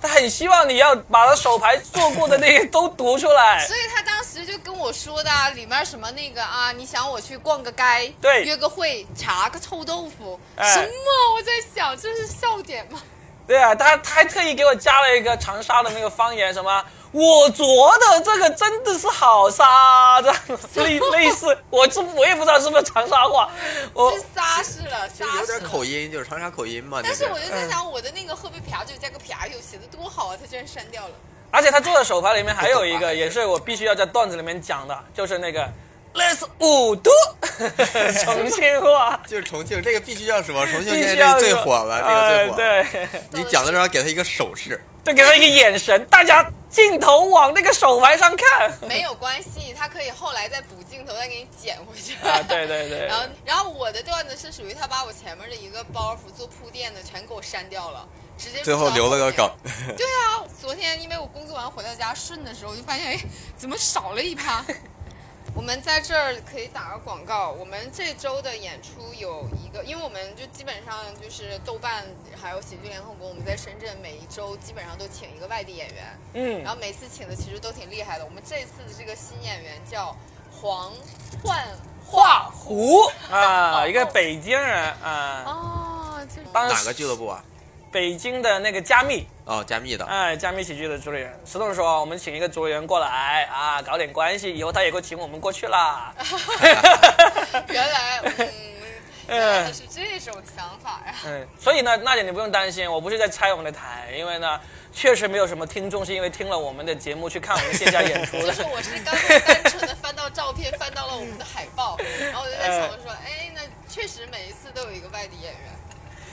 S1: 他很希望你要把他手牌做过的那些都读出来。
S2: 所以他当时就跟我说的、啊，里面什么那个啊，你想我去逛个街，
S1: 对
S2: 约个会，查个臭豆腐，
S1: 哎
S2: 什么？我在想，这是笑点吗？
S1: 对啊，他他还特意给我加了一个长沙的那个方言，什么 我觉得这个真的是好沙，这样 类类似，我这我也不知道是不是长沙话，我
S2: 是沙士了，沙
S3: 其实有点
S2: 士了
S3: 口音，就是长沙口音嘛。
S2: 但是
S3: 那边嗯
S2: 我就在想，我的那个喝杯啤酒加个啤酒写的多好啊，他居然删掉了。
S1: 而且他做的手牌里面还有一 个，也是我必须要在段子里面讲的，就是那个 Let's 五都 重庆 话，
S3: 就是重庆，这个必须要什么？重庆
S1: 必须
S3: 现在这
S1: 要
S3: 个最火了，这个最火。
S1: 呃对。
S3: 你讲的时候给他一个手势，
S1: 就给他一个眼神，大家镜头往那个手牌上看。
S2: 没有关系，他可以后来再补镜头，再给你剪回去。
S1: 啊，对对对
S2: 然，后，然后我的段子是属于他把我前面的一个包袱做铺垫的，全给我删掉了，直接
S3: 最后留了个
S2: 放到后面
S3: 梗。
S2: 对啊，昨天因为我工作完回到家顺的时候，我就发现哎，怎么少了一趴？我们在这儿可以打个广告，我们这周的演出有一个，因为我们就基本上就是豆瓣还有喜剧联合国，我们在深圳每一周基本上都请一个外地演员，
S1: 嗯
S2: 然，后每次请的其实都挺厉害的。我们这次的这个新演员叫黄焕
S1: 画虎啊，一个北京人啊，
S2: 哦，这
S1: 当
S3: 哪个俱乐部啊？
S1: 北京的那个加密，
S3: 哦，加密
S2: 啊
S3: 的。
S1: 哎，加密喜剧的主理人石头说，我们请一个主理人过来啊，搞点关系，以后他也会请我们过去 啦。
S2: 原来嗯，原来他是这种想法呀、
S1: 嗯，所以呢，娜姐你不用担心，我不是在拆我们的台，因为呢，确实没有什么听众是因为听了我们的节目去看我们线下演出
S2: 就
S1: 的
S2: 是。我是刚才单纯的翻到照片，翻到了我们的海报，然后我就在想我说，哎，那确实每一次都有一个外地演员，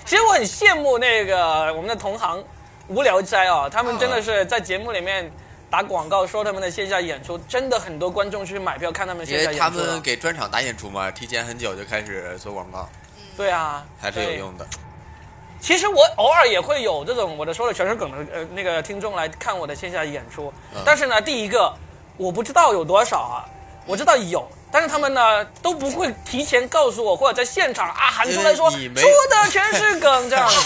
S1: 其实我很羡慕那个我们的同行无聊斋啊、他们真的是在节目里面打广告说他们的线下演出，真的很多观众去买票看他们
S3: 因
S1: 线下
S3: 为
S1: 演
S3: 他
S2: 啊
S1: 出了
S3: 们。给专场打演出嘛，提前很久就开始做广告，
S1: 对啊，
S3: 还是有
S1: 对。
S3: 用的。
S1: 其实我偶尔也会有这种我的说的全是梗的呃那个听众来看我的线下演出，
S3: 嗯
S1: 但是呢，第一个我不知道有多少啊，我知道有。但是他们呢都不会提前告诉我，或者在现场啊喊出来说说
S3: 因为你没
S1: 的全是梗这样 子。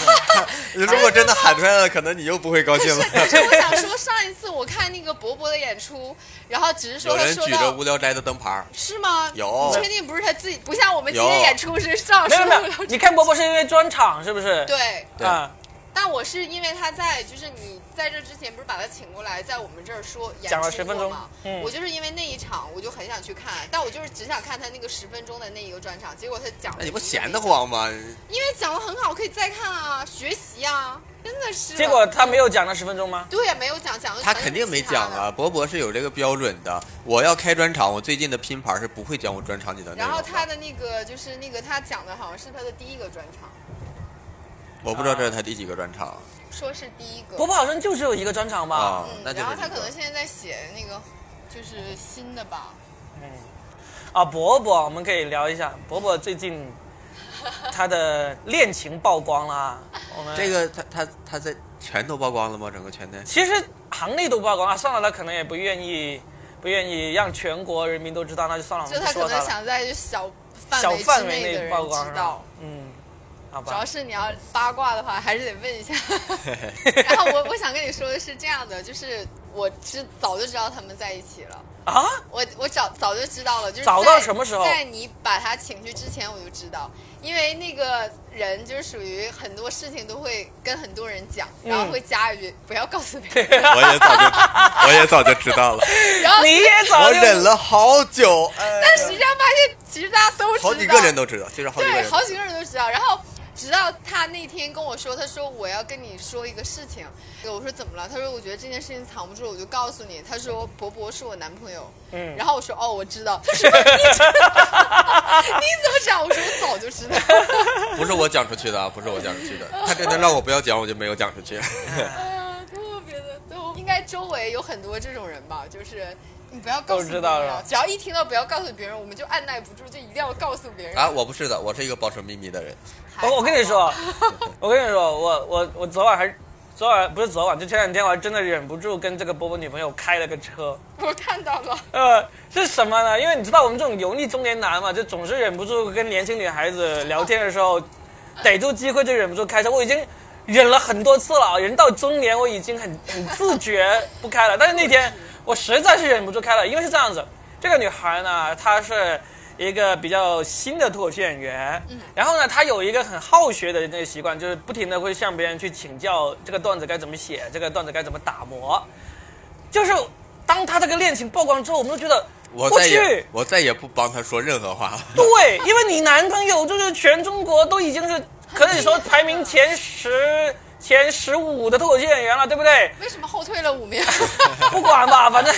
S3: 如果真的喊出来了，可能你又不会高兴
S2: 是，但
S3: 了。
S2: 是我想说，上一次我看那个博博的演出，然后 只是说
S3: 有
S2: 他
S3: 人
S2: 说
S3: 举着
S2: 到
S3: 无聊斋的灯牌儿，
S2: 是吗？
S3: 有
S2: 你确定不是他自己？不像我们今
S3: 有
S2: 天演出是上
S1: 没
S2: 说
S1: 有没有，你看波波是因为专场是不是？
S2: 对，
S3: 对
S1: 啊，
S2: 但我是因为他在，就是你在这之前不是把他请过来，在我们这儿说演
S1: 讲了
S2: 出
S1: 10分钟
S2: 过嘛
S1: 嗯
S2: 我就是因为那一场，我就很想去看，但我就是只想看他那个十分钟的那一个专场，结果他讲了
S3: 哎那你不
S2: 一个
S3: 闲得
S2: 没
S3: 慌吗？
S2: 讲？因为讲的很好，可以再看啊，学习啊，真的是。
S1: 结果他没有讲那十分钟吗？
S2: 对呀，没有讲讲，
S3: 他肯定没讲
S2: 啊。
S3: 啊，博博是有这个标准的。我要开专场，我最近的拼盘是不会讲我专场里的内
S2: 然
S3: 容的。
S2: 后他的那个就是那个他讲的好像是他的第一个专场，
S3: 我不知道这是他第几个专场
S2: 说是第一个。
S1: 伯伯好像就只有一个专场吧？
S3: 啊，
S2: 嗯，
S3: 那就
S2: 然后
S3: 是
S2: 他
S3: 这
S2: 可能
S3: 个。
S2: 现在在写那个就是新的吧，
S1: 啊，伯伯，我们可以聊一下伯伯最近他的恋情曝光了啊。我们
S3: 这个他他他在全都曝光了吗？整个圈内？
S1: 其实行内都曝光啊，算了，他可能也不愿意，不愿意让全国人民都知道，那就算了，我
S2: 就
S1: 们不
S2: 他可
S1: 哦说他
S2: 能
S1: 了。
S2: 想在就小范
S1: 小
S2: 围之
S1: 范围
S2: 内的
S1: 内
S2: 人
S1: 曝光
S2: 知
S1: 是吧
S2: 道。？
S1: 嗯，好
S2: 主要
S1: 吧。
S2: 是你要八卦的话，还是得问一下。然后我我想跟你说的是这样的，就是我知早就知道他们在一起了，
S1: 啊，
S2: 我我早早就知道了，就是
S1: 早到
S2: 在
S1: 什么时候
S2: 在你把他请去之前我就知道，因为那个人就是属于很多事情都会跟很多人讲，然后会加一句不要告诉 别人，
S3: 我也早就我也早就知 道了，
S2: 然后
S1: 你也早
S3: 我
S1: 就
S3: 忍了好 久，哎
S2: 但实际上发现其实大家都知道，
S3: 好几个人都知道，就是好几个
S2: 对，
S3: 人。
S2: 好几个人都知道。然后直到他那天跟我说，他说我要跟你说一个事情，我说怎么了？他说我觉得这件事情藏不住了，我就告诉你。他说博博是我男朋友，
S1: 嗯
S2: 然后我说哦我知道。他 说你知道？你怎么知道？我说我早就知道。
S3: 不是我讲出去的，啊，不是我讲出去的。他真的让我不要讲，我就没有讲出去。
S2: 哎呀，特别的逗。应该周围有很多这种人吧，就是。你不要告诉
S1: 都
S2: 别
S1: 知
S2: 人
S1: 道
S2: 啊
S1: 了，
S2: 只要一听到不要告诉别人，我们就按耐不住，就一定要告诉别人。
S3: 啊，我不是的，我是一个保守秘密的人。
S2: 还好
S1: 我我跟你说，我跟你说，我我我昨晚还昨晚不是昨晚，就前两天我还真的忍不住跟这个波波女朋友开了个车。
S2: 我看到了，
S1: 呃，是什么呢？因为你知道我们这种油腻中年男嘛，就总是忍不住跟年轻女孩子聊天的时候，逮住机会就忍不住开车。我已经忍了很多次了啊，人到中年我已经很很自觉不开了，但是那天我实在是忍不住开了，因为是这样子，这个女孩呢，她是。一个比较新的脱口秀演员，然后呢，她有一个很好学的那个习惯，就是不停的会向别人去请教这个段子该怎么写，这个段子该怎么打磨。就是当她这个恋情曝光之后，我们都觉得
S3: 我
S1: 我
S3: 再也
S1: 去，
S3: 我再也不帮他说任何话了。
S1: 对，因为你男朋友就是全中国都已经是可以说排名前十、前十五的脱口秀演员了，对不 对？
S2: 为什么后退了五 名？
S1: 不管吧，反正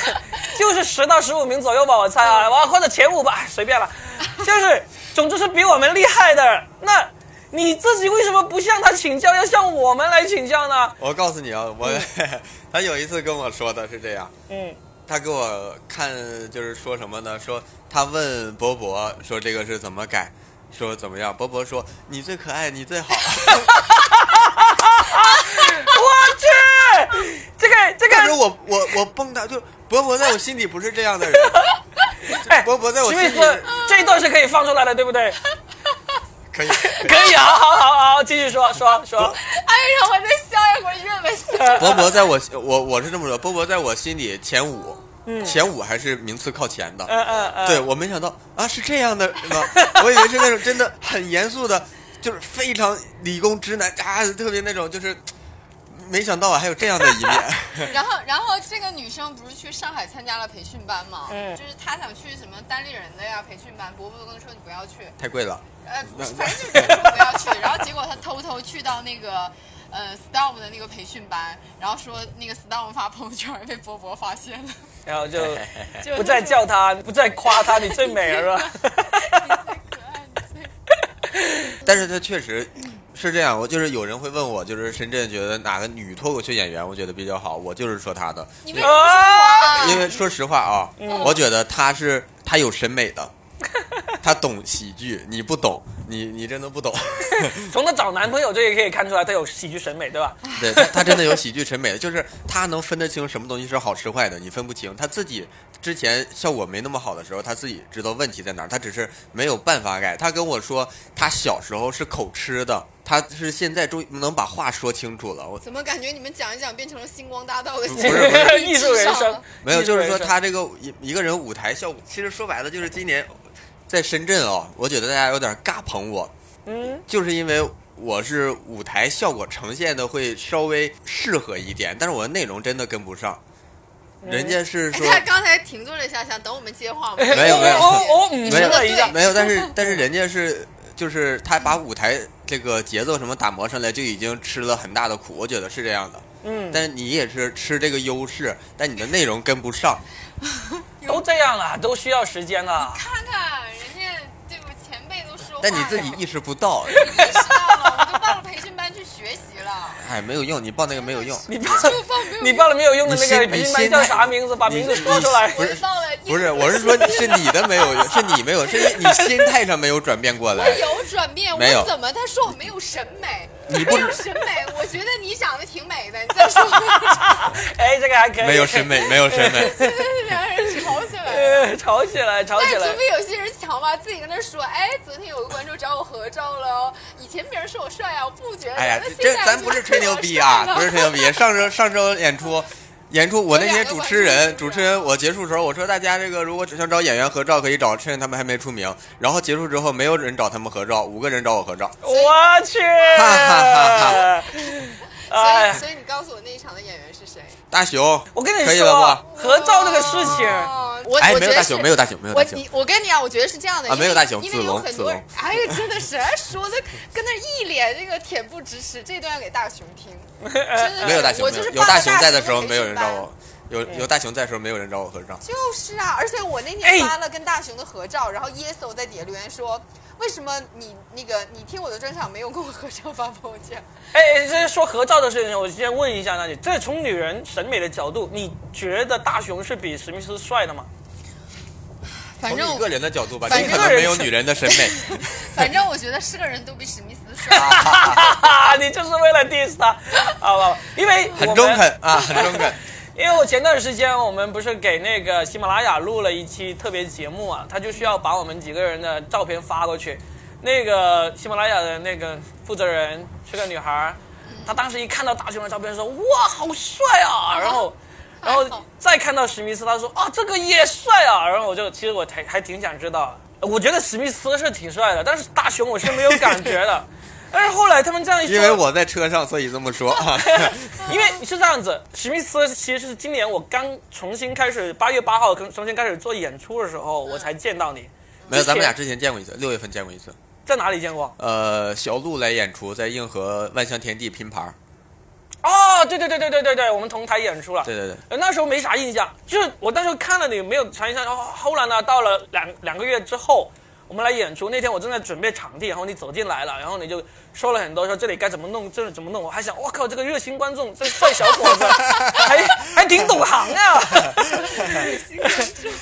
S1: 就是十到十五名左右吧，我猜啊，哇，或者前五吧，随便了，就是总之是比我们厉害的。那你自己为什么不向他请教，要向我们来请教呢？
S3: 我告诉你啊，我、
S2: 嗯
S3: 他有一次跟我说的是这样，
S1: 嗯，
S3: 他给我看就是说什么呢？说他问博博说这个是怎么改，说怎么样？博博说你最可爱，你 最好。
S1: 我去，这个这
S3: 但是
S1: 个，
S3: 我我我蹦跶，就博博在我心里不是这样的人，
S1: 哎，
S3: 博博在我
S1: 徐
S3: 心
S1: 秘
S3: 里
S1: 书这一段是可以放出来的，对不对？
S3: 可以。
S1: 可以啊，好好好，继续说说说，
S2: 哎呀，我再笑一会儿，越没笑。
S3: 博博在我我我是这么说，博博在我心里前五，前五还是名次靠前的。
S1: 嗯嗯嗯，
S3: 对，我没想到啊，是这样的吗？我以为是那种真的很严肃的，就是非常理工直男啊，特别那种就是，没想到啊，还有这样的一面。
S2: 然后，然后这个女生不是去上海参加了培训班吗？
S1: 嗯
S2: 就是她想去什么单立人的呀培训班，伯伯都跟她说你不要去，
S3: 太贵了，
S2: 呃，反正就是说不要去。然后结果她偷偷去到那个呃 Storm 的那个培训班，然后说那个 Storm 发朋友圈被伯伯发现了，
S1: 然后就
S2: 就
S1: 不再叫他，不再夸他，你最美了 是吧？
S2: 你最可爱，你最
S3: 但是他确实是这样。我就是有人会问我，就是深圳觉得哪个女脱口秀演员我觉得比较好，我就是说她的，
S2: 你为什么
S1: 啊，
S3: 因为说实话啊，我觉得她是她有审美的，她懂喜剧，你不懂，你你真的不懂。
S1: 从她找男朋友这也可以看出来，她有喜剧审美，对吧？
S3: 对他，他真的有喜剧审美，就是他能分得清什么东西是好吃坏的，你分不清。他自己之前效果没那么好的时候，他自己知道问题在哪儿，他只是没有办法改。他跟我说，他小时候是口吃的，他是现在终于能把话说清楚了。我
S2: 怎么感觉你们讲一讲变成了星光大道的
S3: 不是不是
S1: 艺术人生，
S3: 没有，
S1: 艺术
S3: 就
S1: 人
S3: 是
S1: 生
S3: 说他这个一一个人舞台效果，其实说白了就是今年在深圳哦，我觉得大家有点尬捧我，
S1: 嗯，
S3: 就是因为我是舞台效果呈现的会稍微适合一点，但是我的内容真的跟不上。
S1: 嗯
S3: 人家是
S2: 哎，
S3: 说，
S2: 他刚才停顿了一下，想等我们接话吗？
S3: 没有没有
S1: 我我我嗯
S3: 没
S1: 说
S3: 有
S1: 了一下，
S3: 没有，但是但是人家是就是他把舞台这个节奏什么打磨上来，就已经吃了很大的苦，我觉得是这样的。
S1: 嗯，
S3: 但是你也是吃这个优势，但你的内容跟不上。
S1: 都这样了，都需要时间啊了。
S2: 看看人家这个前辈都说话了，
S3: 但你自己意识不到，
S2: 知道吗？我都报了培训班去学习 了，
S3: 哎，没有用，你报那个没有用。
S1: 你报
S2: 就报没 有
S1: 你报了没有用的
S3: 你
S1: 那
S3: 心
S1: 个
S3: 你
S1: 培训班
S3: 心
S1: 叫
S3: 态
S1: 啥名字？把
S3: 你
S1: 名字
S3: 你
S1: 说出来。
S3: 不
S2: 我
S3: 是
S2: 报了一，
S3: 不是，我是说是你的没有用，是你没有，是你心态上没有转变过来。
S1: 哎
S2: 有转变，
S3: 没有
S2: 我怎么他说我没有审美？
S3: 你不
S2: 没有审美，我觉得你长得挺美的，你再 说
S1: 哎，这个还可以。
S3: 没有审美，没有审美。
S2: 两人吵起来了。
S1: 呃， 吵起来，吵
S2: 但
S1: 起
S2: 是
S1: 来
S2: 除。非有些人强吧，自己跟那说，哎，昨天有个观众找我合照了哦，以前别人说我帅啊，我不觉得。
S3: 哎呀
S2: 那，现
S3: 这
S2: 在
S3: 咱
S2: 我
S3: 不
S2: 就是
S3: 吹牛逼啊
S2: 觉得，我
S3: 不
S2: 帅
S3: 是吹牛逼。上周上周演出，演出我那些主持人，主持人我结束时候我说大家这个如果只想找演员合照可以找，趁他们还没出名。然后结束之后没有人找他们合照，五个人找我合照。
S1: 我去！
S3: 哈
S1: 哎呀
S2: 所以，所以你告诉我那一场的演员是谁？
S3: 大熊，
S1: 我跟你
S3: 可以
S1: 说
S3: 了，
S1: 合照这个事情，
S2: 哦我
S3: 哎，
S2: 我觉
S3: 没有
S2: 得
S3: 大
S2: 是
S3: 熊，没有大熊，没有
S2: 我
S3: 大熊
S2: 你。我跟你讲，我觉得是这样的
S3: 啊
S2: 因为
S3: 没有大熊
S2: 因
S3: 子
S2: 为有
S3: 龙
S2: 很
S3: 子
S2: 多
S3: 龙
S2: 人，哎呀，真的是哎说的跟那一脸这个恬不知耻，这段给大熊听，真的是
S3: 没有大熊，
S2: 我
S3: 没
S2: 就
S3: 有
S2: 是
S3: 有
S2: 报了
S3: 大熊在的时候
S2: 培训
S3: 没有人找
S2: 班
S3: 我，，有有大熊在的时候没有人找我合照。
S2: 就是啊，而且我那
S1: 哎
S2: 天发了跟大熊的合照，然后 Yeso 在底下留言说。为什么你那个你听我的专场没有跟我合照发朋友圈？
S1: 哎，这说合照的事情，我先问一下那你，这从女人审美的角度，你觉得大熊是比史密斯帅的吗？
S2: 反
S3: 从你个人的角度吧，
S2: 反
S3: 你
S2: 正
S3: 可能没有女人的审美。
S2: 反正我觉得是个人都比史密斯帅。
S1: 哈哈，你就是为了 diss 他，好吧？因为我
S3: 很
S1: 们
S3: 中肯啊，很中肯。
S1: 因为我前段时间我们不是给那个喜马拉雅录了一期特别节目啊，他就需要把我们几个人的照片发过去。那个喜马拉雅的那个负责人是个女孩儿，他当时一看到大熊的照片说：“哇，好帅啊！”然 后，然后
S2: 还好
S1: 再看到史密斯，他说：“啊，这个也帅啊！”然后我就其实我还还挺想知道，我觉得史密斯是挺帅的，但是大熊我是没有感觉的。但是后来他们这样一说，
S3: 因为我在车上，所以这么说啊。
S1: 因为是这样子，史密斯其实是今年我刚重新开始，八月八号跟重新开始做演出的时候，我才见到你。
S3: 没有，咱们俩之前见过一次，六月份见过一次。
S1: 在哪里见过？
S3: 呃，小鹿来演出，在硬核万象天地拼盘儿。
S1: 哦，对对对对对对对，我们同台演出了。
S3: 对对对，
S1: 呃，那时候没啥印象，就是我那时候看了你没有啥印象。然后后来呢，到了两两个月之后，我们来演出那天，我正在准备场地，然后你走进来了，然后你就说了很多，说这里该怎么弄，这里怎么弄。我还想，我靠，这个热心观众，这帅小伙子还还挺懂行呀、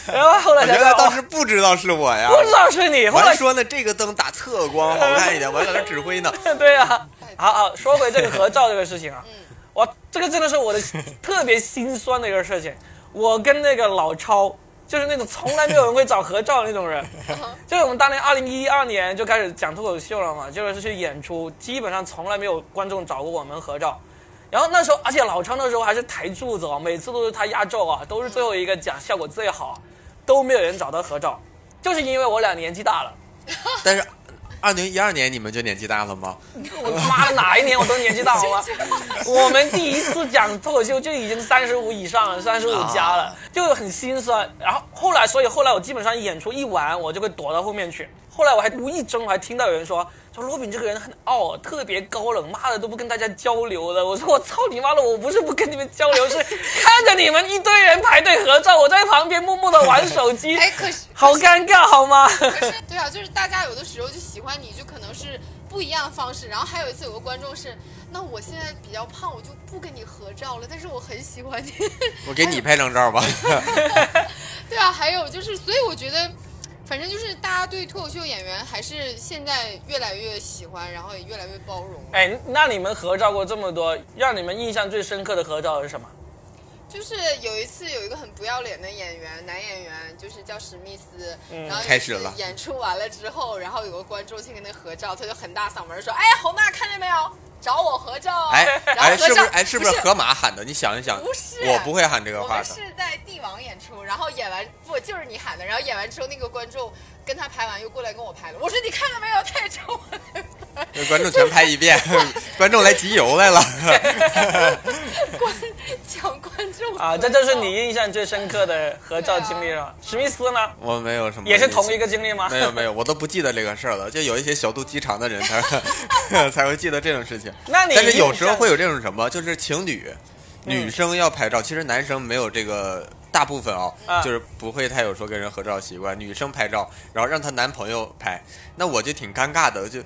S1: 然后后来才
S3: 我原
S1: 知道
S3: 来当时不知道是我呀，
S1: 不知道是你，
S3: 我
S1: 后
S3: 还
S1: 来
S3: 说呢，这个灯打侧光好看一点，我还搁那指挥呢。
S1: 对啊，好好说回这个合照这个事情啊，我这个真的是我的 特别心酸的一个事情。我跟那个老超，就是那种从来没有人会找合照的那种人，就是我们当年二零一二年就开始讲脱口秀了嘛，就是去演出，基本上从来没有观众找过我们合照。然后那时候，而且老超那时候还是台柱子哦，每次都是他压轴啊，都是最后一个讲，效果最好，都没有人找到合照，就是因为我俩年纪大了。
S3: 但是，二零一二年你们就年纪大了吗？
S1: 我妈的哪一年我都年纪大好吗？我们第一次讲脱口秀就已经三十五以上了，三十五加了
S3: 啊，
S1: 就很心酸。然后后来，所以后来我基本上演出一完，我就会躲到后面去。后来我还无意中我还听到有人说说罗宾这个人很傲，特别高冷，妈的都不跟大家交流的。我说我操你妈的，我不是不跟你们交流，是 看着你们一堆人排队合照，我在旁边默默的玩手机，
S2: 哎，可是
S1: 好尴尬好吗？
S2: 可是对啊，就是大家有的时候就喜欢你，就可能是不一样的方式。然后还有一次有个观众是，那我现在比较胖，我就不跟你合照了，但是我很喜欢你。
S3: 我给你拍张照吧。
S2: 对啊，还有就是，所以我觉得，反正就是大家对脱口秀演员还是现在越来越喜欢，然后也越来越包容了。
S1: 哎，那你们合照过这么多，让你们印象最深刻的合照是什么？
S2: 就是有一次有一个很不要脸的演员，男演员就是叫史密斯，
S1: 嗯
S2: 然后有一次
S3: 开始了
S2: 演出完了之后，然后有个观众去跟他合照，他就很大嗓门说：“哎，侯娜看见没有？找我合照哦。”
S3: 哎
S2: 然后
S3: 哎，
S2: 合
S3: 是不
S2: 照
S3: 是哎是不是河马喊的？你想一想，
S2: 不是
S3: 我不会喊这个
S2: 我
S3: 话
S2: 们
S3: 的。
S2: 是在帝王演出，然后演完不就是你喊的，然后演完之后那个观众跟他拍完又过来跟我拍了，我说你看到没有，他也找我来拍，
S3: 那观众全拍一遍，观众来集邮来了。
S2: 观讲观众
S1: 啊，这
S2: 合
S1: 就是
S2: 照
S1: 你印象最深刻的合照经历是吧？史密斯呢，
S3: 我没有什么，
S1: 也是同一个。经历吗？
S3: 没有没有，我都不记得这个事儿了。就有一些小肚鸡肠的人才才会记 得这种事情。
S1: 那你嗯
S3: 但是有时候会
S1: 有
S3: 有这种什么，就是情侣，女生要拍照，其实男生没有这个，大部分啊、
S1: 啊
S3: 就是不会太有说跟人合照习惯。女生拍照，然后让她男朋友拍，那我就挺尴尬的，就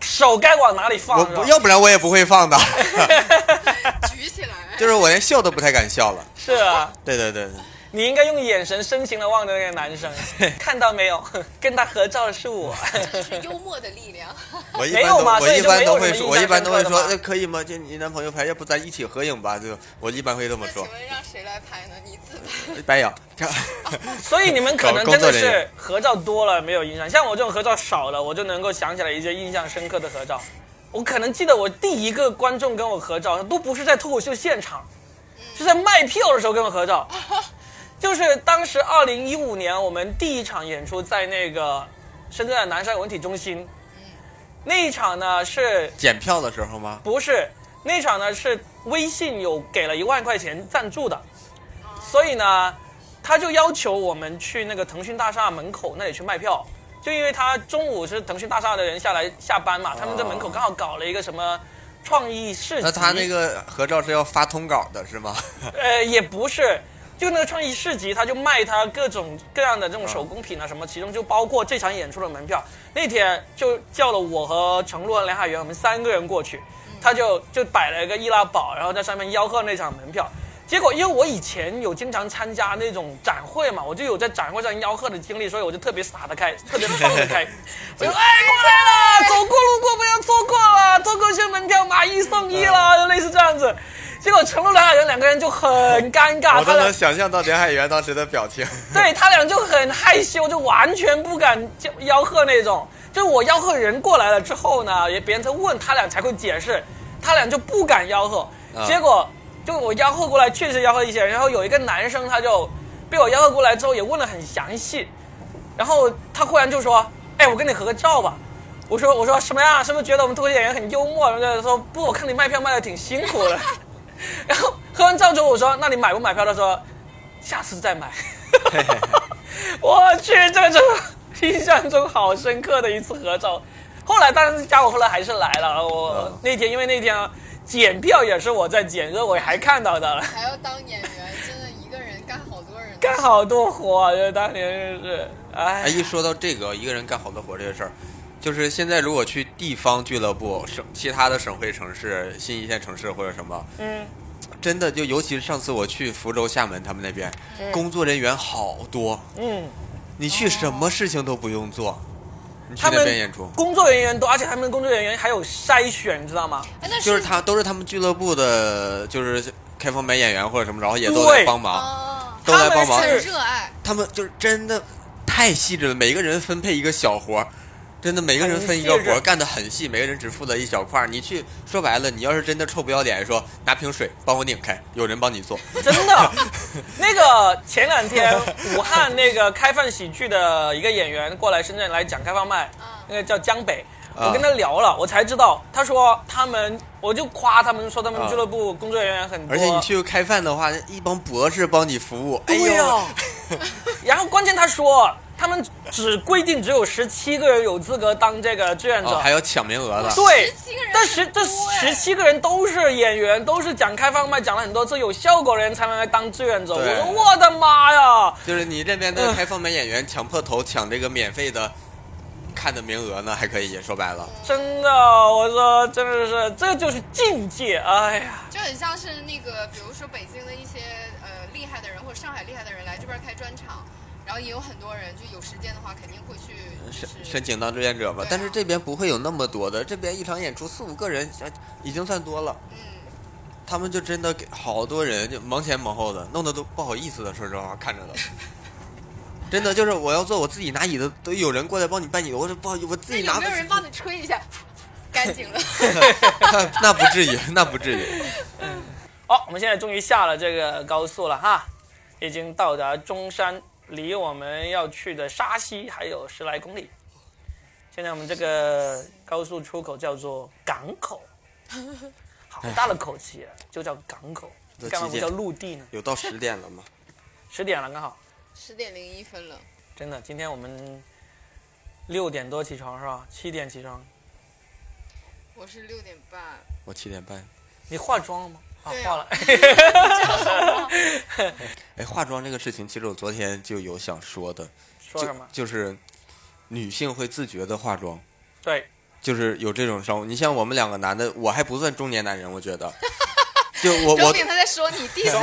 S1: 手该往哪里放？
S3: 我
S1: 是吧
S3: 不要不然我也不会放的，
S2: 举起来，
S3: 就是我连笑都不太敢笑了。
S1: 是啊，
S3: 对对对对，
S1: 你应该用眼神深情的望着那个男 生，看到没有？ 跟他合照的是我。
S2: 这就是幽默的力量。
S3: 我一
S1: 没
S3: 般
S1: 有
S3: 都
S1: 嘛
S3: 我一般都会
S1: 所以就没有
S3: 说，哎
S1: 什么
S3: 我一般都会
S1: 印象深刻的
S3: 说，
S1: 嘛
S3: 那可以吗？就你男朋友拍，要不咱一起合影吧？就我一般会这么
S2: 那
S3: 说哎
S2: 请。问让谁来拍呢？你自拍。
S3: 白养，这
S1: 所以你们可能
S3: 搞
S1: 真
S3: 工作
S1: 的
S3: 人
S1: 是
S3: 员
S1: 合照多了没有印象，像我这种合照少了，我就能够想起来一些印象深刻的合照。我可能记得我第一个观众跟我合照，都不是在脱口秀现场，是在卖票的时候跟我合照。就是当时二零一五年我们第一场演出在那个深圳的南山文体中心，那一场呢是
S3: 检票的时候吗？
S1: 不是，那场呢是微信有给了一万块钱赞助的，所以呢，他就要求我们去那个腾讯大厦门口那里去卖票，就因为他中午是腾讯大厦的人下来下班嘛，他们在门口刚好搞了一个什么创意市集，
S3: 哦那他那个合照是要发通稿的是 吗？
S1: 呃，也不是，就那个创意市集，他就卖他各种各样的这种手工品啊，什么，其中就包括这场演出的门票。那天就叫了我和程璐、梁海源，我们三个人过去，他就就摆了一个易拉宝，然后在上面吆喝那场门票。结果，因为我以前有经常参加那种展会嘛，我就有在展会上吆喝的经历，所以我就特别撒得开，特别放得 开。我就哎过来了，走过路过不要错过了，脱口秀门票买一送一
S3: 嗯
S1: 了，就类似这样子。结果陈露、梁海源两个人就很尴尬，
S3: 我都
S1: 他俩
S3: 能想象到梁海源当时的 表情。
S1: 对他俩就很害羞，就完全不敢叫吆喝那种。就是我吆喝人过来了之后呢，也别人才问他俩才会解释。他俩就不敢吆喝，
S3: 啊
S1: 结果就我吆喝过来，确实吆喝一些，然后有一个男生他就被我吆喝过来之后也问的很详细，然后他忽然就说：“哎，我跟你合个照吧。”我说：“我说什么呀？是不是觉得我们脱口秀演员很幽默？”然后他说：“不，我看你卖票卖的挺辛苦的。”然后喝完照之后，我说：“那你买不买票？”他说：“下次再买。” 我去，这个真是印象中好深刻的一次合照。后来，当然家伙后来还是来了。我
S3: 嗯
S1: 那天因为那天啊检票也是我在检，所以我还看到的了，
S2: 还要当演员，真的一个人干好多人的事。
S1: 干好多活啊！这当年真是，
S3: 哎，
S1: 哎，
S3: 一说到这个一个人干好多活这个事儿，就是现在如果去地方俱乐部、省其他的省会城市、新一线城市或者什么，
S1: 嗯，
S3: 真的就尤其是上次我去福州、厦门他们那边，
S1: 嗯
S3: 工作人员好多，
S1: 嗯，
S3: 你去什么事情都不用做，你去
S1: 他
S3: 那
S1: 们
S3: 边演出，
S1: 工作人员多，而且他们工作人员还有筛选，你知道吗？
S2: 哎，那
S3: 就是他都是他们俱乐部的，就是开放麦演员或者什么，然后也都
S1: 对
S3: 来帮忙，
S2: 啊，
S3: 都来帮忙
S1: 他。
S2: 很
S1: 们是
S2: 热爱，
S3: 他们就是真的太细致了，每个人分配一个小活儿，真的每个人分一个
S1: 很细
S3: 活儿，
S1: 致
S3: 干得很细，每个人只负责一小块儿。你去说白了，你要是真的臭不要脸，说拿瓶水帮我拧开，有人帮你做，
S1: 真的。那个前两天武汉那个开放喜剧的一个演员过来深圳来讲开放麦
S2: 嗯，
S1: 那个叫江北。
S3: 啊
S1: 我跟他聊了，我才知道，他说他们，我就夸他们说他们
S3: 啊
S1: 俱乐部工作人员很多，
S3: 而且你去开饭的话，一帮博士帮你服务，哎
S1: 对呀、
S3: 呦，
S1: 然后关键他说他们只规定只有十七个人有资格当这个志愿者，
S3: 啊还要抢名额呢。
S1: 对
S2: 17个人，
S1: 但十
S2: 很多
S1: 这
S2: 哎
S1: 十七个人都是演员，都是讲开放麦讲了很多次有效果的人才能来当志愿者。我
S3: 对
S1: 说我的妈呀！
S3: 就是你这边的开放麦演员抢破头抢这个免费的看的名额呢，还可以说白了，
S1: 真的，我说真的是，这就是境界，哎呀，
S2: 就很像是那个，比如说北京的一些呃厉害的人，或者上海厉害的人来这边开专场，然后也有很多人，就有时间的话肯定会去
S1: 呃
S3: 申
S2: 就是
S3: 申请当志愿者嘛
S2: 对啊。
S3: 但是这边不会有那么多的，这边一场演出四五个人呃已经算多了。
S2: 嗯，
S3: 他们就真的给好多人就忙前忙后的，弄得都不好意思的，说实话 看着都。真的就是我要坐，我自己拿椅子都有人过来帮你搬椅子，我说不好意思，我自
S2: 那
S3: 己
S2: 有
S3: 拿
S2: 没
S3: 不
S2: 有人
S3: 起。
S2: 帮你吹一下？ 干净 了，
S3: 那 那不至于，那不至于。
S1: 好、哦我们现在终于下了这个高速了哈，已经到达中山，离我们要去的沙溪还有十来公里。现在我们这个高速出口叫做港口，好大的口气啊，就叫港口
S3: 这，
S1: 干嘛不
S3: 几点
S1: 叫陆地呢？
S3: 有到十点了吗？
S1: 十点了，刚好。
S2: 十点零一分了，
S1: 真的，今天我们六点多起床是吧？七点起床，
S2: 我是六点半，
S3: 我七点半。
S1: 你化妆了吗？啊
S2: 对，啊
S1: 化了。
S3: 哎，化妆这个事情，其实我昨天就有想说的，
S1: 说
S3: 就
S1: 什么？
S3: 就是女性会自觉的化妆，
S1: 对，
S3: 就是有这种生物。你像我们两个男的，我还不算中年男人，我 觉得。就我
S2: 周
S3: 我
S2: 饼他在说你弟弟，
S1: 说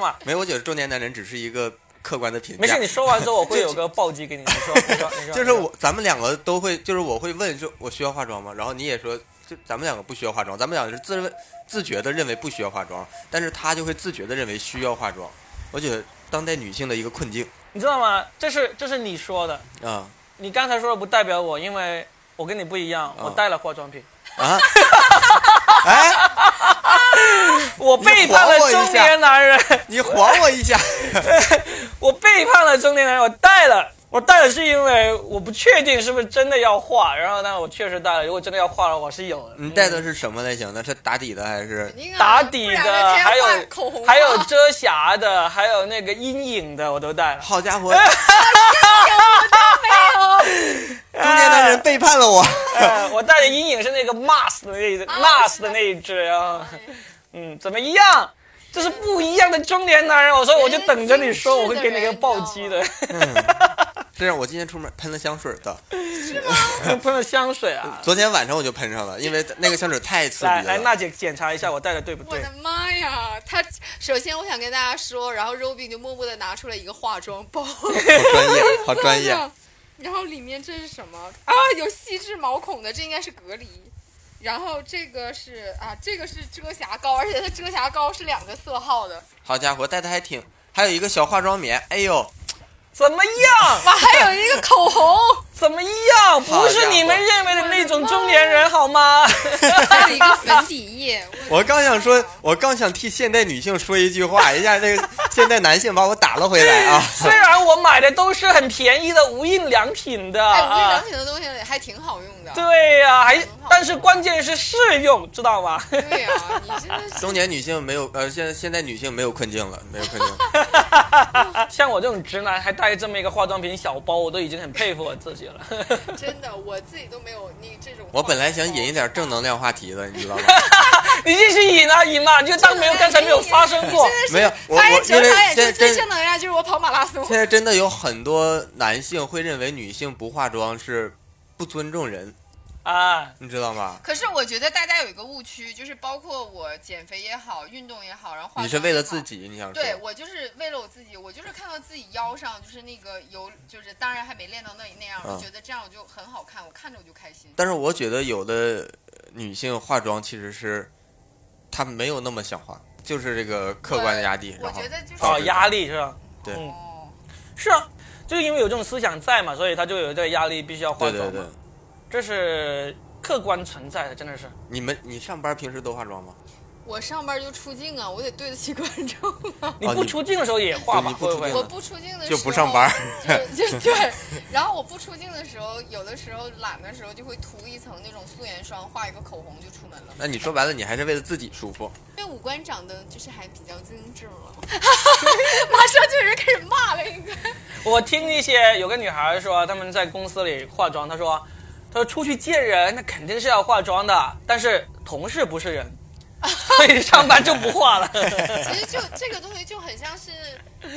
S1: 嘛。
S3: 没有，我觉得中年男人只是一个客观的评 价。
S1: 没事，你说完之后我会有个暴击给你。你说，你说，你说。
S3: 就是我，咱们两个都会，就是我会问，就我需要化妆吗？然后你也说，就咱们两个不需要化妆，咱们两个是自认自觉的认为不需要化妆，但是他就会自觉的认为需要化妆。我觉得当代女性的一个困境
S1: 你知道吗？这是这是你说的，
S3: 啊
S1: 你刚才说的不代表我，因为我跟你不一样，我带了化妆品，
S3: 啊！哎，
S1: 我背叛了中年男人，
S3: 你还我一下！
S1: 我背叛了中年男人，我带了。我带了是因为我不确定是不是真的要化，然后呢，我确实带了。如果真的要化了，我是有的。嗯
S3: 你带的是什么类型的？是打底的还是
S2: 肯？定啊
S1: 打底
S2: 不然
S1: 的，
S2: 人家
S1: 还有
S2: 画口红啊，
S1: 还有 遮瑕的，还有那个阴影的，我都带了。
S3: 好家伙， 中年男人背叛了我！
S1: 哎 我带的阴影是那个 Mars 的那一
S2: 啊
S1: Mars 的那一只啊。嗯，怎么一样？这是不一样的中年男人。我说，我就等着你说，我会给你个暴击的。
S3: 这让我今天出门喷了香水的，
S1: 喷了香水啊！
S3: 昨天晚上我就喷上了，因为那个香水太刺
S1: 来
S3: 鼻
S1: 来，
S3: 了。
S1: 娜姐检查一下我带的对不
S2: 我
S1: 对
S2: 的？妈呀！他首先我想跟大家说，然后 Robin 就默默的拿出了一个化妆包，
S3: 好专业， 好专业。
S2: 然后里面这是什么啊？有细致毛孔的，这应该是隔离。然后这个是啊，这个是遮瑕膏，而且它遮瑕膏是两个色号的。
S3: 好家伙，带的还挺，还有一个小化妆棉，哎呦，
S1: 怎么样？
S2: 哇，还有一个口红，
S1: 怎么样？
S3: 好
S1: 不是你们认为的那种中年人好吗？
S2: 还有一个粉底液，
S3: 我刚想说，我刚想替现代女性说一句话，一下那个现代男性把我打了回来啊！
S1: 虽然我买的都是很便宜的无印良品的
S2: 哎，无印
S1: 啊
S2: 良，品的东西还挺好用的。
S1: 对呀、还
S2: 好
S1: 但是关键是适用，知道吗？
S2: 对呀、你真 的是
S3: 中年女性没有，呃，现在现代女性没有困境了，没有困境。
S1: 像我这种直男还带这么一个化妆品小包，我都已经很佩服我自己了。
S2: 真的，我自己都没有你这种。
S3: 我本来想引一点正能量话题的，你知道吗？
S1: 你继续引啊引啊，你就当没有刚才没有发生 过。
S2: 真的是
S3: 没有我
S2: 发现
S3: 我因
S2: 折
S3: 为
S2: 返
S3: 现在
S2: 就最
S3: 真
S2: 正能量就是我跑马拉松。
S3: 现在真的有很多男性会认为女性不化妆是不尊重人，
S1: 啊，
S3: 你知道吗？
S2: 可是我觉得大家有一个误区，就是包括我减肥也好，运动也好，然后化妆
S3: 你是为了
S2: 也好
S3: 自。己，你想说？
S2: 对我就是为了我自己，我就是看到自己腰上就是那个有，就是当然还没练到那那样，我
S3: 嗯
S2: 觉得这样我就很好看，我看着我就开心。
S3: 但是我觉得有的女性化妆其实是她没有那么想化，就是这个客观的压力。
S2: 我
S3: 然后
S2: 觉得就是
S3: 导
S1: 哦，
S3: 致
S1: 压力是吧？
S3: 对
S1: 嗯
S2: 哦，
S1: 是啊，就是因为有这种思想在嘛，所以他就有这个压力，必须要化
S3: 对
S1: 妆嘛。
S3: 对对，哦
S1: 这是客观存在的，真的是。
S3: 你们你上班平时都化妆吗？
S2: 我上班就出镜啊，我得对得起观众啊。
S1: 你
S3: 哦
S1: 不
S3: 你
S1: 出镜的时候也化吧，
S3: 你不
S1: 会不
S3: 出
S1: 会
S3: 镜？
S2: 我不出镜的时
S3: 就
S2: 候
S3: 不上班，
S2: 就就 对。然后我不出镜的时候，有的时候懒的时候就会涂一层那种素颜霜，画一个口红就出门了。
S3: 那你说白了，你还是为了自己舒服。
S2: 因为五官长得就是还比较精致了， 马上就有人开始骂了，应该。
S1: 我听一些有个女孩说，她们在公司里化妆，她说，她说出去见人，那肯定是要化妆的，但是同事不是人，所以上班就不化了。
S2: 其实就这个东西就很像是，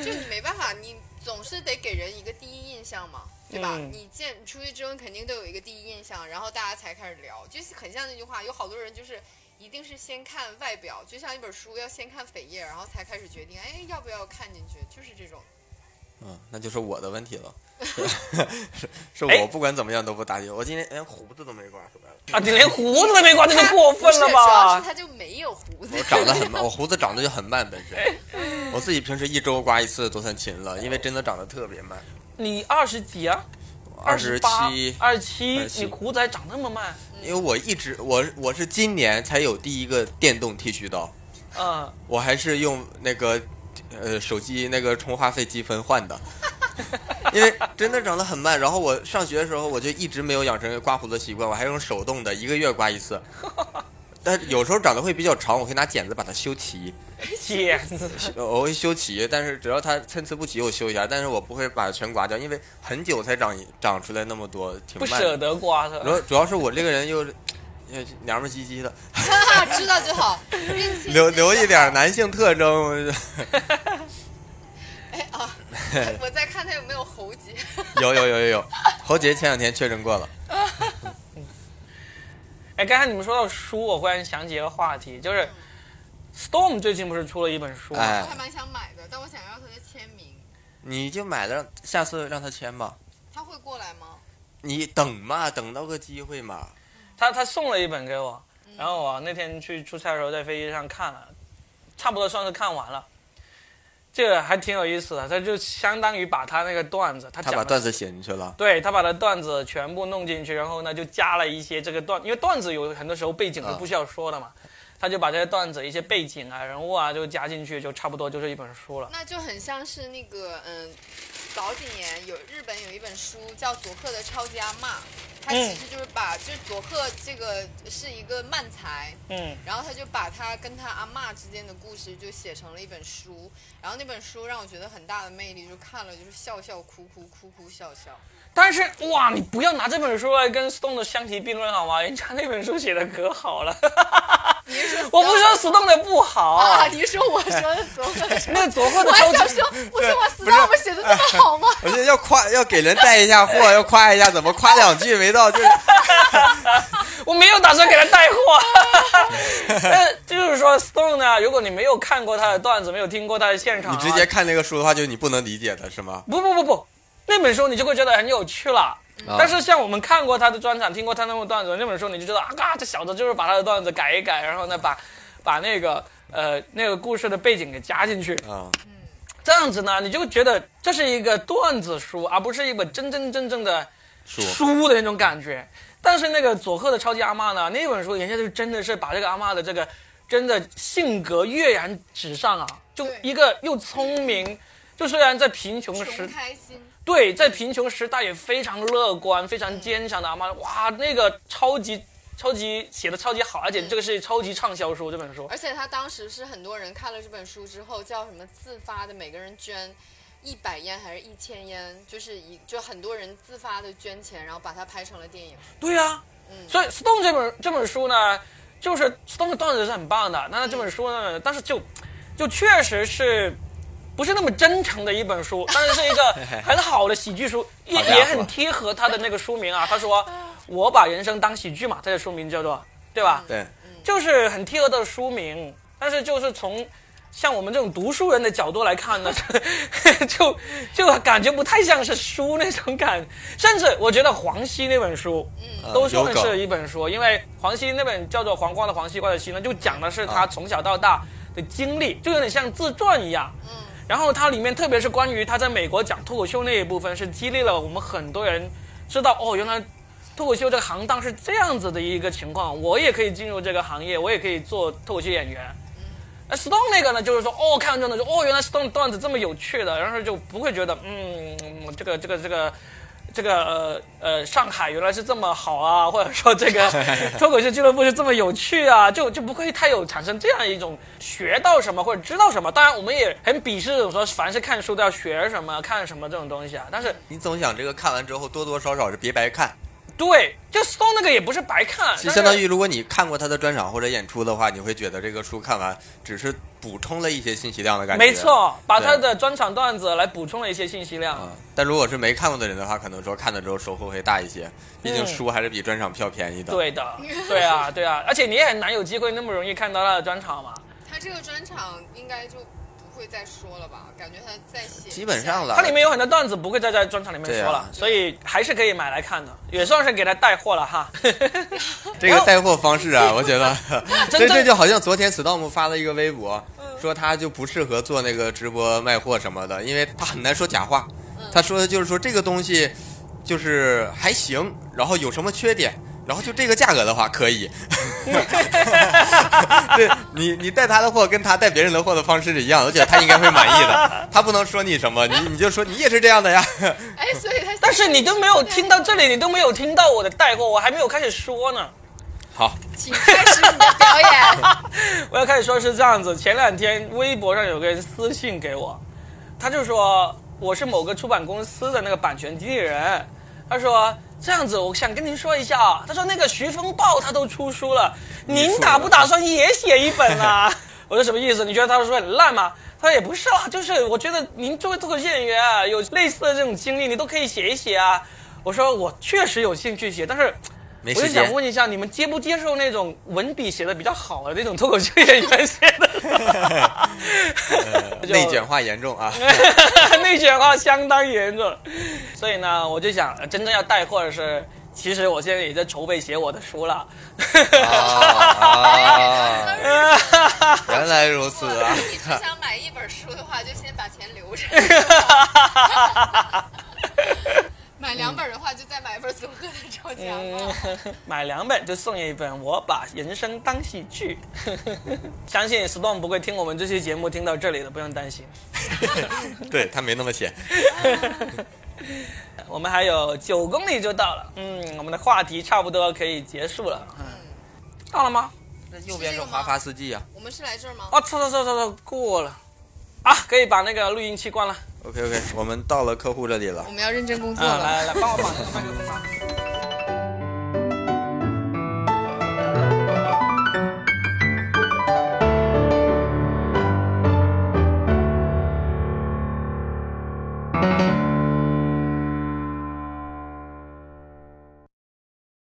S2: 就你没办法，你总是得给人一个第一印象嘛，对吧？
S1: 嗯
S2: 你见你出去之后，你肯定都有一个第一印象，然后大家才开始聊，就是很像那句话，有好多人就是一定是先看外表，就像一本书要先看扉页，然后才开始决定，哎，要不要看进去，就是这种。
S3: 嗯，那就是我的问题了。 是是
S1: 哎
S3: 我不管怎么样都不打理。我今天连胡子都没刮，说白了，
S1: 啊，你连胡子都没刮，这就
S2: 他
S1: 过分了
S2: 不是主要
S1: 吧
S2: 是？他就没有胡子
S3: 我。长得很慢，我胡子长得就很慢，本身。我自己平时一周刮一次都算勤了，因为真的长得特别慢。
S1: 你二十几啊？
S3: 二
S1: 十
S3: 十
S1: 八
S3: 七，，
S1: 二十七，
S3: 27
S1: 你胡子还长那么慢？
S3: 因为我一直我我是今年才有第一个电动剃须刀，
S1: 嗯，
S3: 我还是用那个呃手机那个充话费积分换的，因为真的长得很慢。然后我上学的时候我就一直没有养成刮胡子的习惯，我还用手动的，一个月刮一次。但有时候长得会比较长，我会拿剪子把它修齐，
S1: 姐，
S3: 修我会修齐，但是只要它参差不齐，我修一下，但是我不会把它全刮掉，因为很久才长一长出来那么多，挺
S1: 不
S3: 慢的。
S1: 舍得刮是吧
S3: 主？要主要是我这个人又又娘们儿唧唧的，
S2: 哈哈，知道就好，认清
S3: 留
S2: 自己就
S3: 留一
S2: 好
S3: 点男性特征。 我就
S2: 哎啊，我在看他有没有喉结。
S3: 有有有有有，侯杰前两天确诊过了。
S1: 哎，刚才你们说到书，我忽然想起一个话题，就是 Storm 最近不是出了一本书吗？
S3: 哎
S2: 我还蛮想买的，但我想要他的签名，
S3: 你就买了，下次让他签吧。
S2: 他会过来吗？
S3: 你等嘛，等到个机会嘛。
S1: 他他送了一本给我，然后我那天去出差的时候在飞机上看了，差不多算是看完了。这个还挺有意思的，他就相当于把他那个段子，他
S3: 他
S1: 讲
S3: 把
S1: 的
S3: 段子写进去了。
S1: 对他把他段子全部弄进去，然后呢就加了一些这个段，因为段子有很多时候背景是不需要说的嘛，
S2: 嗯
S1: 他就把这些段子一些背景啊、人物啊就加进去，就差不多就是一本书了。
S2: 那就很像是那个嗯，早几年有日本有一本书叫《佐贺的超级阿嬷》，他
S3: 嗯
S2: 其实就是把、就是佐贺这个是一个漫才，
S1: 嗯，
S2: 然后他就把他跟他阿嬷之间的故事就写成了一本书，然后那本书让我觉得很大的魅力，就看了就是笑笑哭哭哭哭笑笑。
S1: 但是哇，你不要拿这本书来跟 Stone 的相提并论好吗？人家那本书写的可好了，
S2: 你 是说
S1: 我不是说 Stone 的不好，
S3: 哦
S2: 啊？你是说我说的佐贺的超级
S1: 那个佐贺的
S2: 我还
S1: 超
S2: 想
S1: 级
S2: 说，我说我
S3: 不是
S2: storm 写的这么好 吗？
S3: 我觉得要夸，要给人带一下货，要夸一下，怎么夸两句没 到？就是
S1: 我没有打算给他 带货。 但就是说，Stone 呢，如果你没有看过他的段子，没有听过他的现场
S3: 你
S1: 啊，
S3: 直接看那个书的话，就是你不能理解的是吗？
S1: 不不不不，那本书你就会觉得很有趣了。
S3: 啊
S1: 但是像我们看过他的专场，听过他那种段子，那本书你就知道啊，嘎这小子就是把他的段子改一改，然后呢把把那个呃那个故事的背景给加进去，
S3: 啊、
S1: 这样子呢，你就觉得这是一个段子书，而不是一本真真正正的
S3: 书
S1: 书的那种感觉。但是那个佐贺的超级阿嬷呢，那本书人家就真的是把这个阿嬷的这个真的性格跃然纸上啊，就
S2: 对
S1: 一个又聪明，就虽然在贫穷时
S2: 穷开心，
S1: 对，在贫穷时代也非常乐观、非常坚强的阿妈，哇，那个超级超级写的超级好，而且这个是超级畅销书这本书。
S3: 哎
S2: 而且他当时是很多人看了这本书之后，叫什么自发的，每个人捐一百烟还是一千烟，就是一就很多人自发的捐钱，然后把它拍成了电影。
S1: 对呀、
S3: 啊
S1: 嗯所以 Stone 这本这本书呢，就是 Stone 的段子是很棒的，
S3: 嗯
S1: 那这本书呢，但是就就确实是。不是那么真诚的一本 书，但是是一个很好的喜剧书，也
S3: 好家伙嗯
S1: 也很贴合他的那个书名啊。他说：“我把人生当喜剧嘛”，他的书名叫做，对吧？
S3: 对，
S1: 就是很贴合的书名，但是就是从像我们这种读书人的角度来看呢， 就就感觉不太像是书那种感，甚至我觉得黄西那本书，
S3: 嗯
S1: 都说
S3: 有
S1: 的
S3: 梗
S1: 是一本书，因为黄西那本叫做《黄瓜的黄西瓜的西》呢，就讲的是他
S3: 啊
S1: 从小到大的经历，就有点像自传一样。
S3: 嗯
S1: 然后它里面特别是关于他在美国讲脱口秀那一部分，是激励了我们很多人知道哦，原来脱口秀这个行当是这样子的一个情况，我也可以进入这个行业，我也可以做脱口秀演员。那 Stone 那个呢，就是说哦，看完之后呢，就哦，原来 Stone 段子这么有趣的，然后就不会觉得嗯，这个这个这个这个呃呃，上海原来是这么好啊，或者说这个 脱口秀俱乐部是这么有趣啊，就就不会太有产生这样一种学到什么或者知道什么。当然，我们也很鄙视这种说凡是看书都要学什么看什么这种东西啊，但是。
S3: 你总想这个看完之后多多少少是别白看，
S1: 对，就 Stone 那个也不是白看，
S3: 其
S1: 但
S3: 实
S1: 是
S3: 相当于如果你看过他的专场或者演出的话，你会觉得这个书看完只是补充了一些信息量的感觉。
S1: 没错，把他
S3: 对
S1: 的专场段子来补充了一些信息量。
S3: 啊，但如果是没看过的人的话，可能说看了之后收获会大一些，毕竟书还是比专场票便宜的。，
S1: 嗯对的，对啊，对啊，而且你也很难有机会那么容易看到他的专场嘛。
S3: 嗯
S2: 他这个专场应该就不会再说了吧？感觉他再写
S3: 基本上了
S1: 它里面有很多段子不会再在专场里面说了，
S3: 对啊
S1: 所以还是可以买来看的，也算是给他带货了哈。
S3: 这个带货方式啊，我觉得
S1: 哦真
S3: 这
S1: 正
S3: 这就好像昨天 storm 发了一个微博，说他就不适合做那个直播卖货什么的，因为他很难说假话。
S1: 嗯
S3: 他说的就是说这个东西就是还行，然后有什么缺点，然后就这个价格的话 可以。对你，你带他的货跟他带别人的货的方式是一样的，我觉得他应该会满意 的。他不能说你什么，你你就说你也是这样的呀。
S2: 哎，所以他
S1: 但是你都没有听到这里，你都没有听到我的带货，我还没有开始说呢。
S3: 好，
S2: 请开始你的表演。
S1: 我要开始说是这样子，前两天微博上有个人私信给我，他就说我是某个出版公司的那个版权经纪人，他说这样子，我想跟您说一下啊，他说那个《徐风暴》他都出书了，您打不打算也写一本啊？ 我说什么意思？你觉得他的书很烂吗？他说也不是啦，就是我觉得您作为脱口秀演员啊，有类似的这种经历，你都可以写一写啊。我说我确实有兴趣写，但是
S3: 没
S1: 我就
S3: 时
S1: 想
S3: 间。
S1: 问一下，你们接不接受那种文笔写的比较好的那种脱口秀演员写的？
S3: 呃内卷化严 重啊！
S1: 内卷化相当严重，所以呢，我就想，呃真正要带货的是，其实我现在也在筹备写我的书了。
S3: 啊， 原来如此
S2: 如果！
S3: 啊
S2: 你只想买一本书的话，就先把钱留着。买两本的话，就再买一本佐贺的超级阿嬷。
S3: 嗯
S1: 买两本就送一本，我把人生当喜剧。 相信 Storm 不会听我们这期节目听到这里的，不用担心。
S3: 对他没那么闲。
S1: 我们还有九公里就到了，嗯，我们的话题差不多可以结束了。嗯，到了吗？
S3: 那 右边是华发司机啊。
S2: 我们是来这儿吗？
S1: 哦，操操操操操，过了。啊，可以把那个录音器关了。
S3: OK OK，我们到了客户这里了
S2: 我。们要认真工作
S1: 啊，
S2: 了。
S1: 来来来，帮我把那个麦克风拿。